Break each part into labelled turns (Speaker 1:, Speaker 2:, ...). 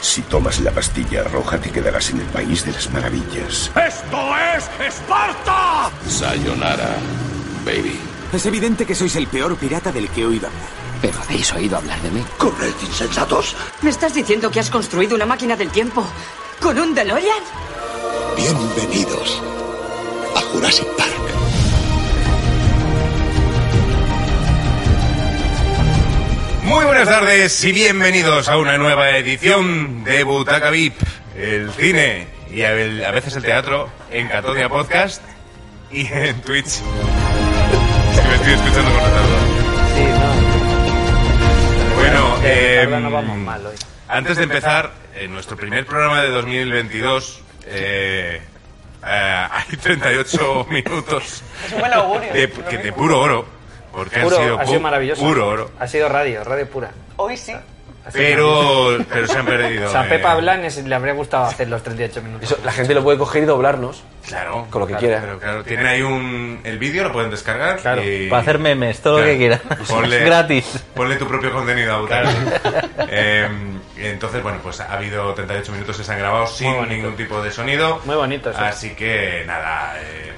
Speaker 1: Si tomas la pastilla roja, te quedarás en el país de las maravillas.
Speaker 2: ¡Esto es Esparta!
Speaker 3: Sayonara, baby.
Speaker 4: Es evidente que sois el peor pirata del que he oído hablar.
Speaker 5: Pero habéis oído hablar de mí.
Speaker 6: ¡Corred, insensatos!
Speaker 7: ¿Me estás diciendo que has construido una máquina del tiempo con un DeLorean?
Speaker 6: Bienvenidos a Jurassic Park.
Speaker 8: Muy buenas tardes y bienvenidos a una nueva edición de Butaca VIP, el cine y a el- a veces el teatro en Catodia Podcast y en Twitch. Si me estoy escuchando con retardo.
Speaker 9: Sí, no.
Speaker 8: Bueno,
Speaker 9: Que ahora
Speaker 8: em,
Speaker 9: no vamos mal hoy.
Speaker 8: antes de empezar, en nuestro primer programa de 2022 eh, eh, hay 38 minutos
Speaker 9: Es un buen augurio.
Speaker 8: de, que de puro oro, porque
Speaker 9: Puro,
Speaker 8: han sido,
Speaker 9: ha sido
Speaker 8: pu-
Speaker 9: maravilloso.
Speaker 8: puro oro,
Speaker 9: Ha sido radio, radio pura. Hoy sí.
Speaker 8: pero, pero se han perdido.
Speaker 9: O sea, a
Speaker 8: eh,
Speaker 9: Pepa Blanes le habría gustado hacer los 38 minutos.
Speaker 10: Eso, la gente lo puede coger y doblarnos.
Speaker 8: Claro.
Speaker 10: Con lo que
Speaker 8: claro,
Speaker 10: quiera.
Speaker 8: Pero claro, tienen ahí un. El vídeo lo pueden descargar.
Speaker 9: Claro,
Speaker 8: y-
Speaker 11: Para hacer memes, todo
Speaker 8: Claro.
Speaker 11: lo que quieras.
Speaker 8: Ponle-
Speaker 11: Gratis.
Speaker 8: Ponle tu propio contenido a votar. Eh, entonces, bueno, pues ha habido 38 minutos que se han grabado sin
Speaker 9: bonito.
Speaker 8: ningún tipo de sonido.
Speaker 9: Muy bonito, sí.
Speaker 8: Así que nada. eh,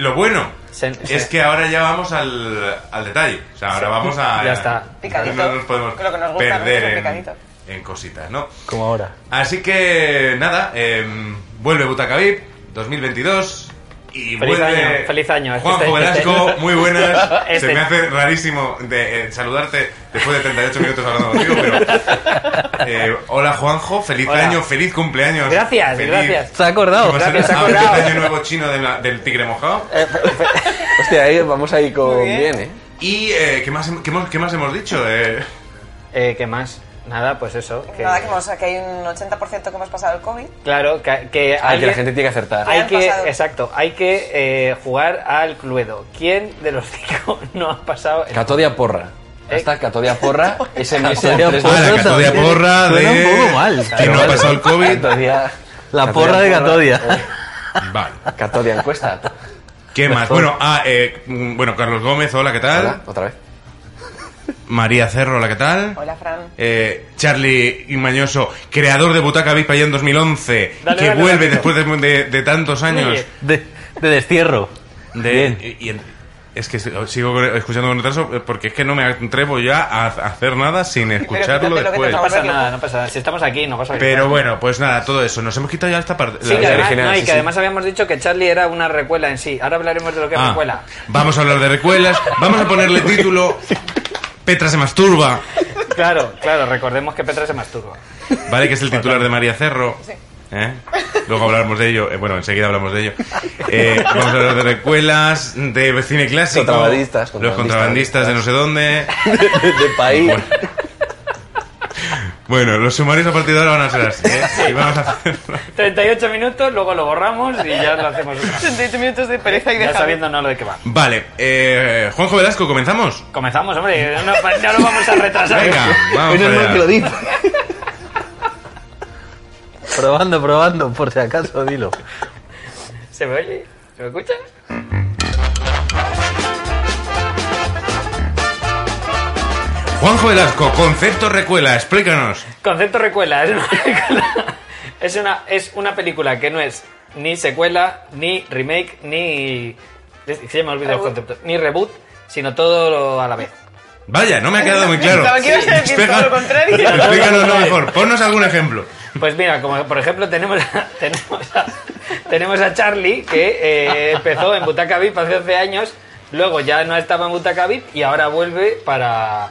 Speaker 8: lo bueno
Speaker 9: Se-
Speaker 8: es
Speaker 9: se-
Speaker 8: que ahora ya vamos al, al detalle. O sea, ahora vamos a.
Speaker 9: Ya está.
Speaker 8: Picadito. No nos podemos
Speaker 12: Lo que nos gusta a nosotros,
Speaker 8: perder en-
Speaker 12: picadito.
Speaker 8: en cositas, ¿no?
Speaker 11: Como ahora.
Speaker 8: Así que nada, em, vuelve Butaca VIP 2022 y
Speaker 9: Feliz
Speaker 8: vuelve
Speaker 9: año, feliz año. Es que
Speaker 8: Juanjo
Speaker 9: este- este-
Speaker 8: Velasco, muy buenas.
Speaker 9: Este-
Speaker 8: Se me hace rarísimo de eh, saludarte después de 38 minutos hablando contigo, pero eh, hola Juanjo, feliz
Speaker 9: Hola.
Speaker 8: año, feliz cumpleaños.
Speaker 9: Gracias, gracias.
Speaker 11: ¿Se ha acordado?
Speaker 8: Va a ser
Speaker 9: Gracias, se ha
Speaker 8: el
Speaker 9: acordado.
Speaker 8: año nuevo chino de la- del tigre mojado.
Speaker 9: Eh.
Speaker 10: Hostia, ahí vamos ahí con bien. ¿eh?
Speaker 8: ¿Y eh, ¿qué, más, hem- qué, hemos- qué más hemos dicho? Eh,
Speaker 9: Eh, ¿Qué más? Nada, pues eso. Que,
Speaker 12: Nada, que, hemos, que hay un 80% que hemos pasado el COVID.
Speaker 9: Claro, que, que
Speaker 10: Ay, que
Speaker 9: alguien-
Speaker 10: la gente tiene que acertar.
Speaker 9: Hay
Speaker 12: han
Speaker 9: que,
Speaker 12: pasado.
Speaker 9: exacto, hay que eh, jugar al Cluedo. ¿Quién de los cinco no ha pasado el
Speaker 10: Catodia porra. Esta Catodia porra es el mes
Speaker 11: Catodia
Speaker 10: tres-
Speaker 11: porra.
Speaker 8: ah, la
Speaker 11: Eso
Speaker 8: Catodia
Speaker 11: también
Speaker 8: Porra
Speaker 11: suena
Speaker 8: de...
Speaker 11: un poco mal.
Speaker 8: ¿Quién no ha
Speaker 10: Claro.
Speaker 8: pasado el COVID?
Speaker 10: Catodia. eh,
Speaker 11: La porra de Catodia.
Speaker 8: Vale.
Speaker 10: Catodia encuesta.
Speaker 8: ¿Qué más? Bueno, ah, eh, mm, bueno, Carlos Gómez, hola, ¿qué tal?
Speaker 10: Hola, Otra vez.
Speaker 8: María Cerro, hola, ¿qué tal?
Speaker 12: Hola, Fran.
Speaker 8: Eh, Charlie Mañoso, creador de Butaca Vipa ya en 2011,
Speaker 9: Dale,
Speaker 8: que
Speaker 9: dale,
Speaker 8: vuelve
Speaker 9: dale.
Speaker 8: después de, de- de tantos años.
Speaker 9: Oye,
Speaker 11: De, de destierro.
Speaker 8: De, y- y en- es que sigo con- escuchando con retraso eh, porque es que no me atrevo ya a a hacer nada sin escucharlo
Speaker 12: quítate lo que te
Speaker 8: después.
Speaker 9: No
Speaker 12: Vamos
Speaker 9: pasa
Speaker 12: a ver,
Speaker 9: nada, no pasa nada. Si estamos aquí, no pasa nada.
Speaker 8: Pero bueno, pues nada, todo eso. Nos hemos quitado ya esta parte.
Speaker 9: Sí,
Speaker 8: la-
Speaker 9: que
Speaker 8: la
Speaker 9: además,
Speaker 10: original,
Speaker 9: no, y
Speaker 10: sí,
Speaker 9: que
Speaker 10: sí.
Speaker 9: además habíamos dicho que Charlie era una recuela en sí. Ahora hablaremos de lo que es
Speaker 8: Ah,
Speaker 9: recuela.
Speaker 8: Vamos a hablar de recuelas. Vamos a ponerle título Petra se masturba.
Speaker 9: Claro, claro, recordemos que Petra se masturba.
Speaker 8: Vale, que es el titular de María Cerro. ¿Eh? Luego hablaremos de ello. Eh, bueno, enseguida hablamos de ello. Eh, vamos a hablar de recuelas, de cine clásico.
Speaker 10: Contrabandistas,
Speaker 8: Los contrabandistas de no sé dónde.
Speaker 10: De, de país.
Speaker 8: Bueno, los sumarios a partir de ahora van a ser así. ¿eh? Y vamos a hacer-
Speaker 9: 38 minutos, luego lo borramos y ya lo hacemos.
Speaker 12: 38 minutos de pereza y de
Speaker 9: Ya
Speaker 12: Javi.
Speaker 9: sabiéndonos de qué va.
Speaker 8: Vale, eh, Juanjo Velasco, ¿comenzamos?
Speaker 9: Comenzamos, hombre. No, pa- no lo vamos a retrasar.
Speaker 8: Venga, vamos
Speaker 11: Menos mal que lo
Speaker 8: allá.
Speaker 11: dices. probando, probando, por si acaso, dilo.
Speaker 9: ¿Se me oye? ¿Se me escucha?
Speaker 8: Juanjo Velasco, concepto recuela, explícanos.
Speaker 9: Concepto recuela. Es una película, es una, es una película que no es ni secuela, ni remake, ni. es que Se me ha olvidado el concepto. Ni reboot, sino todo lo- a la vez.
Speaker 8: Vaya, no me ha quedado muy claro.
Speaker 12: Pensaba que ibas a decir
Speaker 8: Explica-
Speaker 12: todo lo contrario.
Speaker 8: Explícanos lo mejor. Ponnos algún ejemplo.
Speaker 9: Pues mira, como por ejemplo tenemos a, tenemos a, tenemos a Charlie, que eh, empezó en Butaca VIP hace 11 años, luego ya no estaba en Butaca VIP y ahora vuelve para...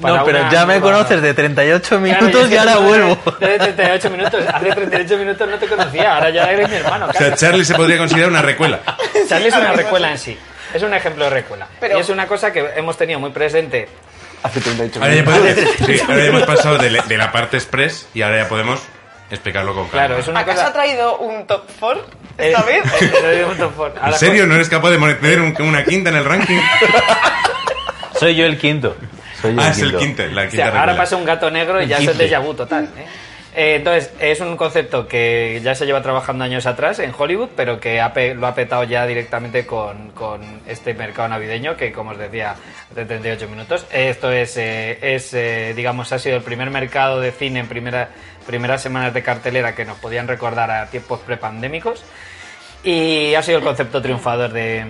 Speaker 9: para
Speaker 11: No, pero
Speaker 9: una
Speaker 11: ya me
Speaker 9: nueva-
Speaker 11: conoces de 38
Speaker 9: Claro,
Speaker 11: minutos
Speaker 9: yo
Speaker 11: y ahora
Speaker 9: sé-
Speaker 11: vuelvo.
Speaker 9: Hace 38 minutos, hace 38 minutos no te conocía, ahora ya eres mi hermano.
Speaker 8: O sea,
Speaker 9: claro.
Speaker 8: Charlie se podría considerar una recuela.
Speaker 9: Charlie es una recuela en sí, es un ejemplo de recuela.
Speaker 12: Pero-
Speaker 9: y es una cosa que hemos tenido muy presente
Speaker 10: Hace 38
Speaker 8: Ahora ya,
Speaker 10: minutos.
Speaker 8: podemos- sí, ahora ya hemos pasado de, le- de la parte express y ahora ya podemos explicarlo con calma.
Speaker 9: Claro, es una
Speaker 12: ¿Acaso
Speaker 9: cosa-
Speaker 12: ha traído un top 4
Speaker 9: Eh,
Speaker 12: esta vez?
Speaker 9: eh, lo digo un montón. A
Speaker 8: ¿En
Speaker 9: la
Speaker 8: serio? ¿No eres capaz de mantener un- una quinta en el ranking?
Speaker 11: Soy yo el quinto. Soy yo
Speaker 8: Ah,
Speaker 11: el
Speaker 8: es el
Speaker 11: quinto.
Speaker 8: quinto, la
Speaker 9: O sea,
Speaker 8: quinta
Speaker 9: ahora
Speaker 8: recuela.
Speaker 9: pasa un gato negro y ya es el
Speaker 11: Quince.
Speaker 9: déjà vu total. ¿eh? Eh, entonces, es un concepto que ya se lleva trabajando años atrás en Hollywood, pero que ha pe- lo ha petado ya directamente con, con este mercado navideño, que como os decía, de 38 minutos. Esto es, eh, es eh, digamos, ha sido el primer mercado de cine en primera, primeras semanas de cartelera que nos podían recordar a tiempos prepandémicos. Y ha sido el concepto triunfador de,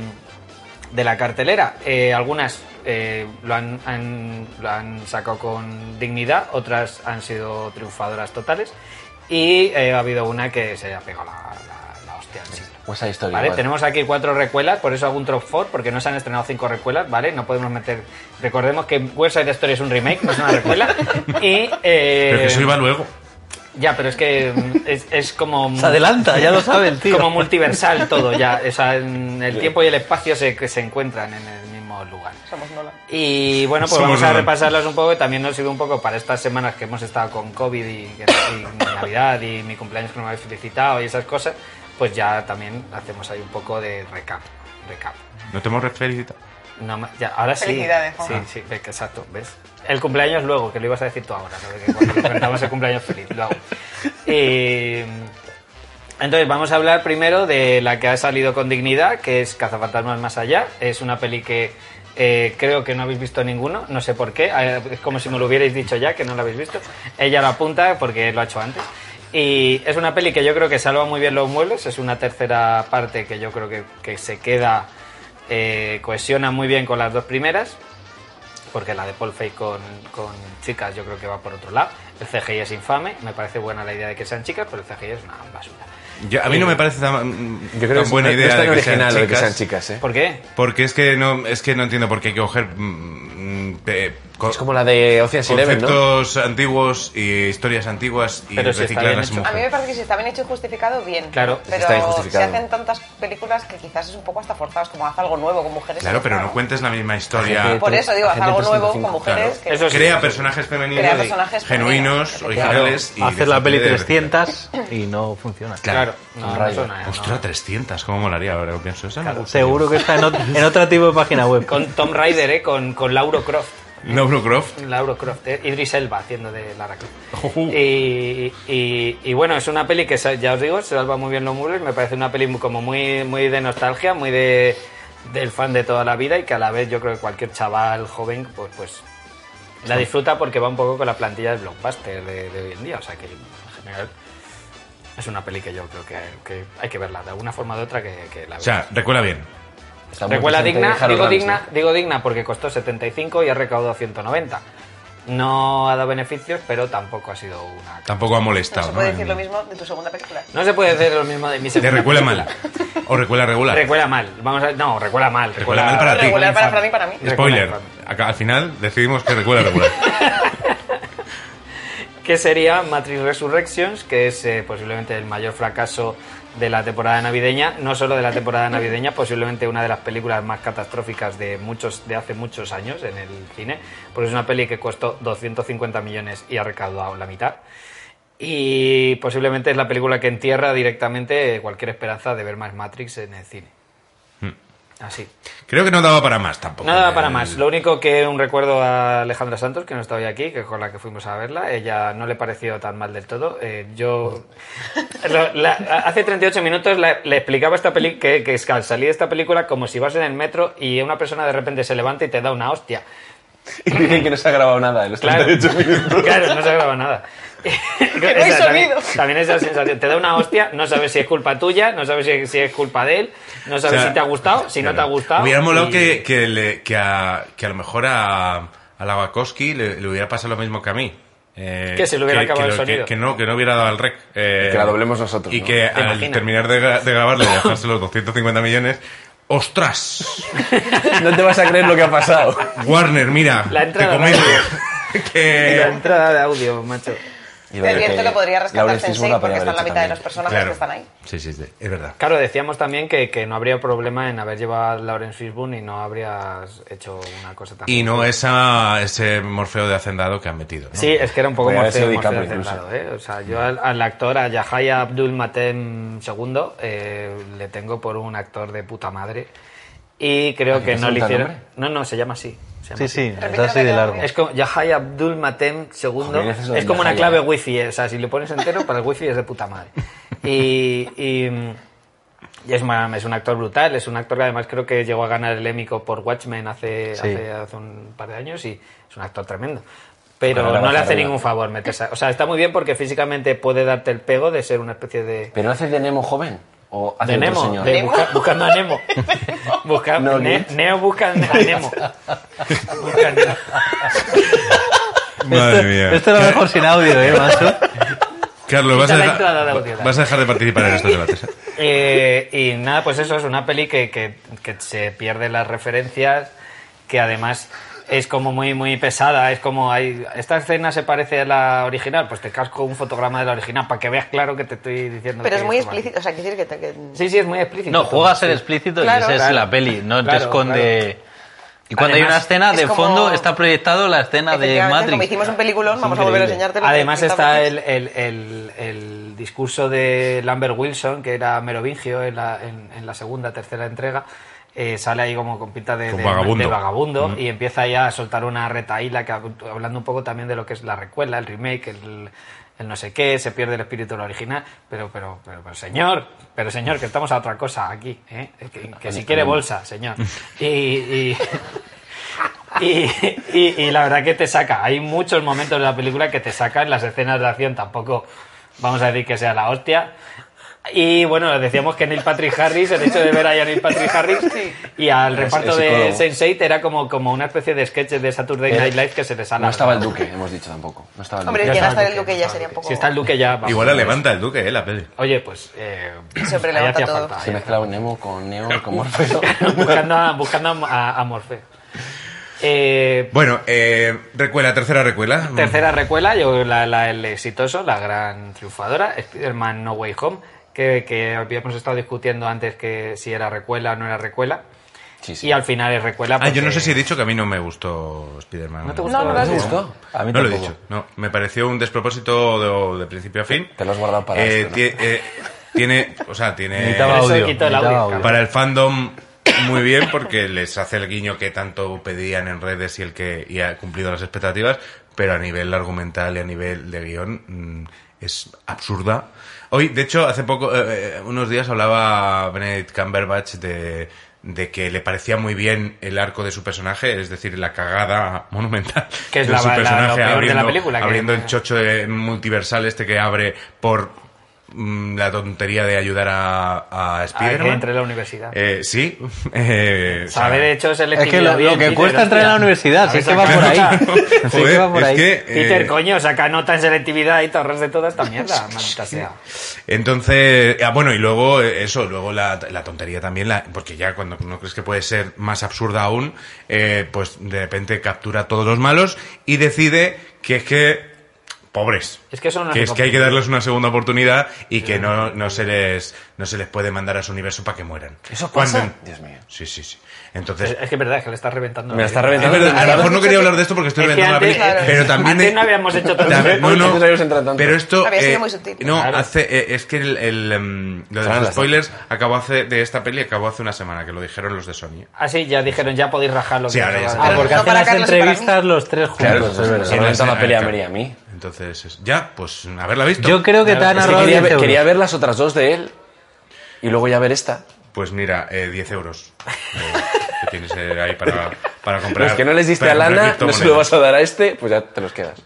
Speaker 9: de la cartelera. Eh, algunas eh, lo, han, han- lo han sacado con dignidad, otras han sido triunfadoras totales. Y eh, ha habido una que se ha pegado la, la- la hostia al siglo.
Speaker 10: Pues ahí estoy.
Speaker 9: ¿Vale?
Speaker 10: igual.
Speaker 9: Tenemos aquí cuatro recuelas, por eso hago un top four, porque no se han estrenado cinco recuelas, ¿vale? No podemos meter. Recordemos que West Side Story es un remake, no es una recuela. y. eh,
Speaker 8: Pero que eso iba luego.
Speaker 9: ya, pero es que mm, es, es como.
Speaker 11: Se adelanta, ya lo sabe el tío.
Speaker 9: Como multiversal todo, ya. O sea, en el tiempo y el espacio se, que se encuentran en el mismo lugar.
Speaker 12: Somos Nolan.
Speaker 9: Y bueno, pues
Speaker 8: Somos
Speaker 9: vamos a
Speaker 8: Nolan.
Speaker 9: repasarlas un poco. que También nos sirve un poco para estas semanas que hemos estado con COVID y, y Navidad y mi cumpleaños que no me habéis felicitado y esas cosas. Pues ya también hacemos ahí un poco de recap. recap.
Speaker 8: No te hemos felicitado.
Speaker 9: No ma- ya, ahora sí.
Speaker 12: Felicidades,
Speaker 9: Sí,
Speaker 12: Juan.
Speaker 9: sí, ve que exacto, ¿ves? El cumpleaños luego, que lo ibas a decir tú ahora, ¿no? Que cuando cantamos el cumpleaños feliz, lo hago. Eh, entonces, vamos a hablar primero de la que ha salido con dignidad, que es Cazafantasmas Más Allá. Es una peli que eh, creo que no habéis visto ninguno, no sé por qué. Eh, Es como si me lo hubierais dicho ya, que no la habéis visto. Ella lo apunta porque lo ha hecho antes. Y es una peli que yo creo que salva muy bien los muebles. Es una tercera parte que yo creo que, que se queda eh, cohesiona muy bien con las dos primeras, porque la de Paul Feig con, con chicas yo creo que va por otro lado. El CGI es infame, me parece buena la idea de que sean chicas, pero el CGI es una basura.
Speaker 8: Yo- a mí no me parece tan,
Speaker 10: Eh, Yo creo
Speaker 8: tan
Speaker 10: que
Speaker 8: buena
Speaker 10: no- no
Speaker 8: idea
Speaker 10: es tan
Speaker 8: de, que sean
Speaker 10: original lo de que
Speaker 8: chicas,
Speaker 10: sean chicas, ¿eh?
Speaker 9: ¿Por qué?
Speaker 8: Porque es que no, es que no entiendo por qué hay que coger mm, mm, pe- co-
Speaker 10: Es como la de Ocean's Eleven, ¿no?
Speaker 8: conceptos antiguos y historias antiguas y
Speaker 9: Pero si está bien
Speaker 8: reciclarlas
Speaker 9: hecho.
Speaker 8: en
Speaker 12: A mí me
Speaker 8: mujeres.
Speaker 12: parece que si está bien hecho y justificado, bien.
Speaker 9: Claro.
Speaker 10: Si
Speaker 12: pero
Speaker 10: está bien
Speaker 12: se
Speaker 10: justificado.
Speaker 12: hacen tantas películas que quizás es un poco hasta forzados, como haz algo nuevo con mujeres.
Speaker 8: Claro,
Speaker 12: y-
Speaker 8: pero no cuentes la misma historia.
Speaker 10: Gente-
Speaker 12: Por eso digo, haz
Speaker 10: Agente
Speaker 12: algo nuevo
Speaker 10: 305,
Speaker 12: con mujeres.
Speaker 8: claro.
Speaker 12: que-
Speaker 9: Eso sí.
Speaker 8: Crea personajes femeninos
Speaker 12: Crea
Speaker 8: de-
Speaker 12: personajes
Speaker 8: genuinos,
Speaker 12: femeninos,
Speaker 8: originales. y
Speaker 11: haces la peli
Speaker 8: déjate de-
Speaker 11: 300 y no funciona.
Speaker 9: Claro, no,
Speaker 10: un
Speaker 9: no
Speaker 10: rayo.
Speaker 9: suena, ¿eh? no.
Speaker 8: Ostras, 300, ¿cómo molaría ahora? que pienso esa. me
Speaker 11: Claro,
Speaker 8: gustaría.
Speaker 11: Seguro que está en, ot- en otro tipo de página web.
Speaker 9: Con Tom Ryder, ¿eh? con, con Lauro Croft.
Speaker 8: Laura Croft.
Speaker 9: Lauro Croft, eh, Idris Elba haciendo de Lara Croft.
Speaker 8: Jujú.
Speaker 11: Eh,
Speaker 9: Y, y- y bueno, es una peli que se- ya os digo, se salva muy bien los muebles. Me parece una peli como muy, muy de nostalgia, muy de, del fan de toda la vida y que a la vez yo creo que cualquier chaval joven pues, pues la disfruta porque va un poco con la plantilla del blockbuster de, de hoy en día. O sea que en general es una peli que yo creo que, que hay que verla de alguna forma o de otra que, que la
Speaker 8: O sea, recuela bien.
Speaker 10: Está muy
Speaker 9: Recuela
Speaker 10: presente
Speaker 9: digna,
Speaker 10: Harold
Speaker 9: digo
Speaker 10: Ramis,
Speaker 8: ¿eh?
Speaker 9: digna, digo digna porque costó 75 y ha recaudado 190. No ha dado beneficios, pero tampoco ha sido una.
Speaker 8: Tampoco ha
Speaker 12: No
Speaker 8: molestado.
Speaker 12: se puede
Speaker 8: ¿no?
Speaker 12: decir lo mismo de tu segunda película.
Speaker 9: No se puede hacer lo mismo de mi
Speaker 8: Te
Speaker 9: segunda
Speaker 8: recuela
Speaker 9: película.
Speaker 8: mal. O recuela regular.
Speaker 9: Recuela mal. Vamos a no, recuela mal.
Speaker 8: Recuela mal para ti.
Speaker 12: Regular para, para mí,
Speaker 9: infame.
Speaker 12: para mí.
Speaker 8: Spoiler.
Speaker 9: Recuela infame.
Speaker 8: Acá- al final decidimos que recuela regular.
Speaker 9: que sería Matrix Resurrections, que es eh, posiblemente el mayor fracaso de la temporada navideña, no solo de la temporada navideña, posiblemente una de las películas más catastróficas de muchos de hace muchos años en el cine, porque es una peli que costó 250 millones y ha recaudado la mitad. Y posiblemente es la película que entierra directamente cualquier esperanza de ver más Matrix en el cine. Así.
Speaker 8: Creo que no daba para más tampoco. ¿eh?
Speaker 9: Nada
Speaker 8: El-
Speaker 9: para más. Lo único que un recuerdo a Alejandra Santos, que no está hoy aquí, que con la que fuimos a verla, ella no le pareció tan mal del todo. Eh, yo. lo- la- hace 38 minutos la- le explicaba esta peli que, que es que al salir de esta película como si vas en el metro y una persona de repente se levanta y te da una hostia.
Speaker 10: ¿no? Y dicen que no se ha grabado nada en los
Speaker 9: Claro.
Speaker 10: 38 minutos.
Speaker 9: Claro, no se graba nada.
Speaker 12: no hay
Speaker 9: Esa- también,
Speaker 12: sonido.
Speaker 9: también esa sensación. Te da una hostia, no sabes si es culpa tuya, no sabes si, si es culpa de él, no sabes
Speaker 8: O sea,
Speaker 9: si te ha gustado, si no te ha
Speaker 8: claro.
Speaker 9: gustado.
Speaker 8: Hubiera molado
Speaker 9: y-
Speaker 8: que, que, le- que a, que a lo mejor a, a Lavakowski le, le hubiera pasado lo mismo que a mí. Eh,
Speaker 9: Que se le hubiera acabado
Speaker 8: lo-
Speaker 9: el sonido.
Speaker 8: Que, no, que no hubiera dado al rec. Eh,
Speaker 10: Que la doblemos nosotros,
Speaker 8: Y
Speaker 10: ¿no?
Speaker 8: que al
Speaker 9: imaginas?
Speaker 8: terminar de, gra- de grabarle y dejarse los 250 millones. ¡Ostras!
Speaker 10: No te vas a creer lo que ha pasado.
Speaker 8: Warner, mira,
Speaker 9: La
Speaker 8: te
Speaker 9: entrada,
Speaker 8: comento
Speaker 9: La
Speaker 8: que...
Speaker 9: entrada de audio, macho.
Speaker 10: Y
Speaker 12: Te advierto que podría rescatar
Speaker 10: Laurence
Speaker 12: Sensei
Speaker 10: Fishburne la
Speaker 12: porque
Speaker 10: podría
Speaker 12: están la
Speaker 10: haber
Speaker 12: mitad de
Speaker 10: hecho
Speaker 12: los personajes que están ahí.
Speaker 8: Sí, sí, es de- es verdad.
Speaker 9: Claro, decíamos también que, que no habría problema en haber llevado a Lawrence Fishburne y no habrías hecho una cosa tan...
Speaker 8: Y no esa, ese morfeo de hacendado que han metido. ¿no?
Speaker 9: Sí, es que era un poco
Speaker 10: Podría haber
Speaker 9: morfeo,
Speaker 10: sido
Speaker 9: morfeo
Speaker 10: DiCaprio
Speaker 9: acertado, ¿eh? O sea, yo al, al actor, a Yahya Abdul Matem II, eh, le tengo por un actor de puta madre. Y creo que
Speaker 11: ¿Así
Speaker 9: no
Speaker 11: se
Speaker 9: le
Speaker 11: llama el
Speaker 9: hicieron. No, no, se llama así. se llama
Speaker 11: Sí,
Speaker 9: así.
Speaker 11: sí, está así de largo.
Speaker 9: Es como Yahya Abdul Matem II.
Speaker 11: Joder, eso de
Speaker 9: es como una
Speaker 11: Yahya.
Speaker 9: clave wifi. eh. O sea, si lo pones entero, para el wifi es de puta madre. Y, y, y es, ma- es un actor brutal. Es un actor que además creo que llegó a ganar el Émico por Watchmen hace,
Speaker 11: Sí.
Speaker 9: hace, hace un par de años y es un actor tremendo. Pero
Speaker 10: Ahora
Speaker 9: no le
Speaker 10: baja
Speaker 9: hace
Speaker 10: arriba.
Speaker 9: ningún favor meterse. a- O sea, está muy bien porque físicamente puede darte el pego de ser una especie de.
Speaker 10: ¿Pero hace de Nemo joven? ¿O hace
Speaker 9: De
Speaker 10: otro
Speaker 9: Nemo,
Speaker 10: señor?
Speaker 9: de busca- buscando a Nemo. Busca,
Speaker 10: No,
Speaker 9: Ne-
Speaker 10: Nemo.
Speaker 9: Neo busca a Nemo. Busca a Nemo.
Speaker 8: Madre mía.
Speaker 11: Esto era mejor sin audio, ¿eh, macho?
Speaker 8: Carlos, vas a,
Speaker 9: Quita la
Speaker 8: dejar-
Speaker 9: entrada de audio, dale.
Speaker 8: vas a dejar de participar en estos debates. ¿eh?
Speaker 9: Eh, y nada, pues eso es una peli que, que- que se pierde las referencias, que además es como muy muy pesada, es como hay esta escena se parece a la original, pues te casco un fotograma de la original para que veas claro que te estoy diciendo.
Speaker 12: Pero
Speaker 9: que
Speaker 12: es muy
Speaker 9: esto va aquí.
Speaker 12: explícito, o sea, quiere decir que... te- que-
Speaker 9: Sí, sí, es muy explícito.
Speaker 11: No, juega a ser
Speaker 9: Sí.
Speaker 11: explícito
Speaker 12: Claro,
Speaker 11: y esa
Speaker 9: claro.
Speaker 11: es la peli. No
Speaker 9: Claro,
Speaker 11: te esconde. Y cuando hay una
Speaker 9: Además,
Speaker 11: escena,
Speaker 12: es
Speaker 11: de
Speaker 12: como-
Speaker 11: fondo está proyectado la escena de
Speaker 12: Efectivamente,
Speaker 11: Matrix.
Speaker 12: Como hicimos un peliculón,
Speaker 11: Es
Speaker 12: vamos a volver a
Speaker 11: increíble.
Speaker 12: enseñártelo.
Speaker 9: Además
Speaker 12: Pero-
Speaker 9: está el, el- el- el discurso de Lambert Wilson, que era Merovingio en la, en, en la segunda, tercera entrega. eh, sale ahí como con pinta de,
Speaker 8: Con
Speaker 9: de-
Speaker 8: vagabundo.
Speaker 9: de vagabundo y empieza ya a soltar una retaíla que hab- hablando un poco también de lo que es la recuela, el remake, el, el no sé qué, se pierde el espíritu de la original, pero, pero, pero, pero, señor, pero señor, que estamos a otra cosa aquí, ¿eh? que, que si quiere bolsa, señor. Y- y, y, y- y la verdad que te saca. Hay muchos momentos de la película que te sacan las escenas de acción. Tampoco vamos a decir que sea la hostia. Y bueno, decíamos que Neil Patrick Harris, el hecho de ver ahí a Neil Patrick Harris y al reparto
Speaker 10: es
Speaker 9: de
Speaker 10: psicólogo.
Speaker 9: Sense8 era como, como una especie de sketches de Saturday
Speaker 10: Eh,
Speaker 9: Night Live que se les ha
Speaker 10: No estaba el Duque, hemos dicho tampoco. No estaba el
Speaker 12: Hombre,
Speaker 10: Duque.
Speaker 12: llega a
Speaker 9: está
Speaker 12: estar
Speaker 9: el
Speaker 12: el
Speaker 9: Duque,
Speaker 12: Duque ya sería un poco...
Speaker 9: Si está el Duque ya... vamos.
Speaker 8: Igual la levanta el duque, ¿eh? La peli.
Speaker 9: Oye, pues... Eh,
Speaker 12: Siempre
Speaker 9: ahí
Speaker 12: levanta
Speaker 9: hacía
Speaker 12: todo.
Speaker 9: falta,
Speaker 10: Se
Speaker 9: ahí
Speaker 10: mezclaba Nemo con Neo y con Morfeo.
Speaker 9: buscando a, buscando a- a, a Morfeo. Eh,
Speaker 8: Bueno, eh, recuela, tercera recuela.
Speaker 9: Tercera recuela, yo la, la- el exitoso, la gran triunfadora, Spider-Man No Way Home, que, que habíamos estado discutiendo antes que si era recuela o no era recuela.
Speaker 10: Sí, sí.
Speaker 9: Y al final es recuela.
Speaker 8: Ah, yo no
Speaker 9: porque-
Speaker 8: sé si he dicho que a mí no me gustó Spider-Man.
Speaker 9: ¿No te
Speaker 12: No, no lo has
Speaker 10: ¿Te
Speaker 12: dicho.
Speaker 10: gustó? A mí
Speaker 8: No lo he
Speaker 10: tampoco.
Speaker 8: dicho, no. Me pareció un despropósito de, de principio a fin.
Speaker 10: Te lo has guardado para
Speaker 8: Eh,
Speaker 10: esto, ¿no?
Speaker 8: tie- eh, Tiene, o sea, tiene...
Speaker 11: Necesitaba
Speaker 9: Por eso
Speaker 11: audio.
Speaker 9: quito el
Speaker 11: necesitaba
Speaker 9: audio,
Speaker 8: Para el fandom muy bien porque les hace el guiño que tanto pedían en redes y el que y ha cumplido las expectativas, pero a nivel argumental y a nivel de guión mm, es absurda. Hoy, de hecho, hace poco, eh, eh, unos días hablaba Benedict Cumberbatch de, de que le parecía muy bien el arco de su personaje, es decir, la cagada monumental
Speaker 9: Que es
Speaker 8: de
Speaker 9: la-
Speaker 8: su
Speaker 9: la- lo
Speaker 8: personaje
Speaker 9: peor de la
Speaker 8: abriendo,
Speaker 9: película, que-
Speaker 8: abriendo el chocho de- multiversal este que abre por mm, la tontería de ayudar a, a
Speaker 9: Ah, que
Speaker 8: Spider-Man.
Speaker 9: entre en la universidad.
Speaker 8: Eh, sí. Eh, o sea,
Speaker 9: Saber hecho es
Speaker 11: Es que lo, lo que cuesta entrar en la universidad, si es que va por ahí. Si es que
Speaker 8: joder,
Speaker 11: va por
Speaker 8: es
Speaker 11: ahí.
Speaker 8: que,
Speaker 9: Peter,
Speaker 8: eh,
Speaker 9: coño, saca nota en selectividad y te ahorras de toda esta mierda, maldita sea.
Speaker 8: entonces, ah, bueno, y luego eh, eso, luego la, la tontería también, la, porque ya cuando no crees que puede ser más absurda aún, eh, pues de repente captura a todos los malos y decide que es que pobres.
Speaker 9: Es que son unos
Speaker 8: que es que hay que
Speaker 9: incompetentes.
Speaker 8: darles una segunda oportunidad y que no, no se les no se les puede mandar a su universo para que mueran.
Speaker 10: ¿Eso
Speaker 8: Cuando-
Speaker 10: pasa? Dios mío.
Speaker 8: Sí, sí, sí. Entonces,
Speaker 9: Es que es verdad, es que le estás reventando. Ah,
Speaker 10: Me la está
Speaker 8: Es
Speaker 10: reventando.
Speaker 8: verdad, a lo mejor no quería hablar de esto porque estoy
Speaker 9: Es que
Speaker 8: viendo la
Speaker 9: antes,
Speaker 8: película,
Speaker 9: claro,
Speaker 8: pero también...
Speaker 9: antes
Speaker 8: eh,
Speaker 9: no habíamos hecho tanto
Speaker 8: también- no, no,
Speaker 10: Antes habíamos entrado tanto.
Speaker 8: pero esto...
Speaker 12: Había sido
Speaker 8: eh,
Speaker 12: muy sutil.
Speaker 8: No,
Speaker 9: Claro.
Speaker 8: hace, eh, es que el, el, em, lo de
Speaker 10: Claro,
Speaker 8: los
Speaker 10: las-
Speaker 8: spoilers acabó hace, de esta peli acabó hace una semana, que lo dijeron los de Sony.
Speaker 9: Ah, sí, ya dijeron, ya podéis rajarlo.
Speaker 8: Sí, ahora ya está.
Speaker 11: Ah, porque
Speaker 12: No
Speaker 11: hacen
Speaker 12: para
Speaker 11: las
Speaker 12: Carlos y para
Speaker 11: entrevistas los tres
Speaker 10: Claro,
Speaker 11: juntos.
Speaker 10: eso es verdad.
Speaker 8: Sí,
Speaker 10: Se me
Speaker 8: no,
Speaker 10: la
Speaker 8: sí,
Speaker 10: peli a
Speaker 8: claro.
Speaker 10: Mary y a mí.
Speaker 8: Entonces, es- ya, pues haberla visto.
Speaker 11: Yo creo que te han
Speaker 10: Es que
Speaker 11: ahorrado
Speaker 10: quería,
Speaker 11: 10
Speaker 10: ver,
Speaker 11: euros.
Speaker 10: quería ver las otras dos de él y luego ya ver esta.
Speaker 8: Pues mira, eh, 10 euros eh, que tienes eh, ahí para, para comprar.
Speaker 10: Los que no les diste
Speaker 8: para
Speaker 10: a
Speaker 8: comprar
Speaker 10: Lana, no se lo
Speaker 8: criptomonedas.
Speaker 10: vas a dar a este, pues ya te los quedas.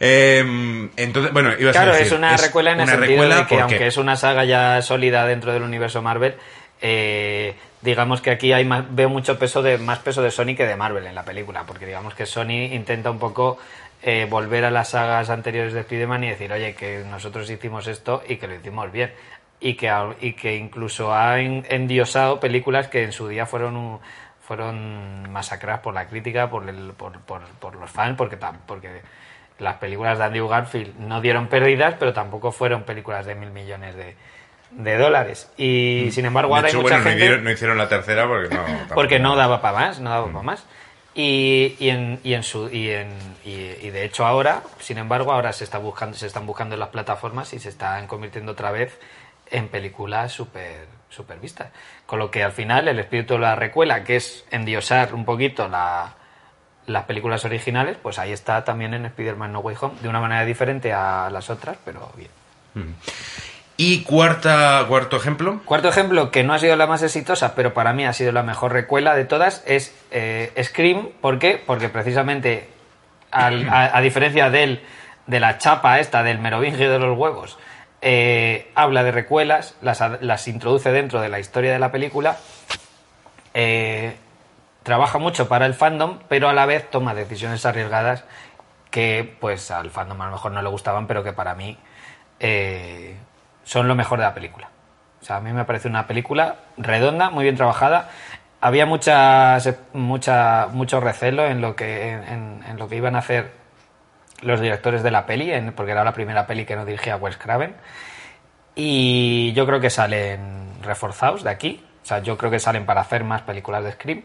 Speaker 8: Em, entonces, bueno, ibas
Speaker 9: Claro,
Speaker 8: a decir...
Speaker 9: es una recuela en el
Speaker 8: una
Speaker 9: sentido
Speaker 8: recuela
Speaker 9: de que,
Speaker 8: porque-
Speaker 9: aunque es una saga ya sólida dentro del universo Marvel, eh, digamos que aquí hay más- veo mucho peso de más peso de Sony que de Marvel en la película, porque digamos que Sony intenta un poco eh, volver a las sagas anteriores de Spider-Man y decir, oye, que nosotros hicimos esto y que lo hicimos bien. Y que, a- y que incluso ha en- endiosado películas que en su día fueron un- fueron masacradas por la crítica, por, el- por, por- por los fans, porque, tam- porque las películas de Andrew Garfield no dieron pérdidas, pero tampoco fueron películas de mil millones de, de dólares. Y sin embargo, ahora
Speaker 8: Mm. de hecho,
Speaker 9: hay mucha
Speaker 8: bueno, no,
Speaker 9: gente
Speaker 8: hicieron, no hicieron la tercera porque no... tampoco-
Speaker 9: porque no daba para más, no daba para más. Y, y en, y, en su, y, en, y, y de hecho ahora, sin embargo, ahora se, está buscando, se están buscando en las plataformas y se están convirtiendo otra vez en películas súper super vistas. Con lo que al final el espíritu de la recuela, que es endiosar un poquito la- las películas originales, pues ahí está también en Spider-Man No Way Home, de una manera diferente a las otras, pero bien.
Speaker 8: Y cuarta, cuarto ejemplo.
Speaker 9: Cuarto ejemplo, que no ha sido la más exitosa, pero para mí ha sido la mejor recuela de todas, es eh, Scream. ¿Por qué? Porque precisamente, al- a, a diferencia del, de la chapa esta, del merovingio de los huevos, eh, habla de recuelas, las, ad- las introduce dentro de la historia de la película, eh, trabaja mucho para el fandom, pero a la vez toma decisiones arriesgadas que pues al fandom a lo mejor no le gustaban, pero que para mí eh, son lo mejor de la película. O sea, a mí me parece una película redonda, muy bien trabajada. Había muchas, mucha, mucho recelo en lo, que, en, en lo que iban a hacer los directores de la peli, en- porque era la primera peli que no dirigía Wes Craven. Y yo creo que salen reforzados de aquí. O sea, yo creo que salen para hacer más películas de Scream.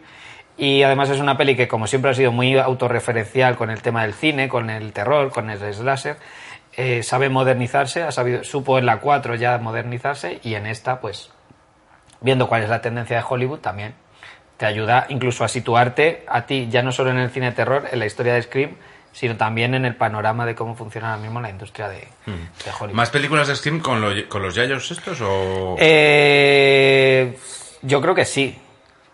Speaker 9: Y además es una peli que, como siempre, ha sido muy autorreferencial con el tema del cine, con el terror, con el slasher. Eh, sabe modernizarse, ha sabido, supo en la 4 ya modernizarse y en esta, pues, viendo cuál es la tendencia de Hollywood, también te ayuda incluso a situarte a ti, ya no solo en el cine de terror, en la historia de Scream, sino también en el panorama de cómo funciona ahora mismo la industria de, de Hollywood.
Speaker 8: ¿Más películas de Steam con, lo- con los yayos estos o...?
Speaker 9: Eh, yo creo que sí.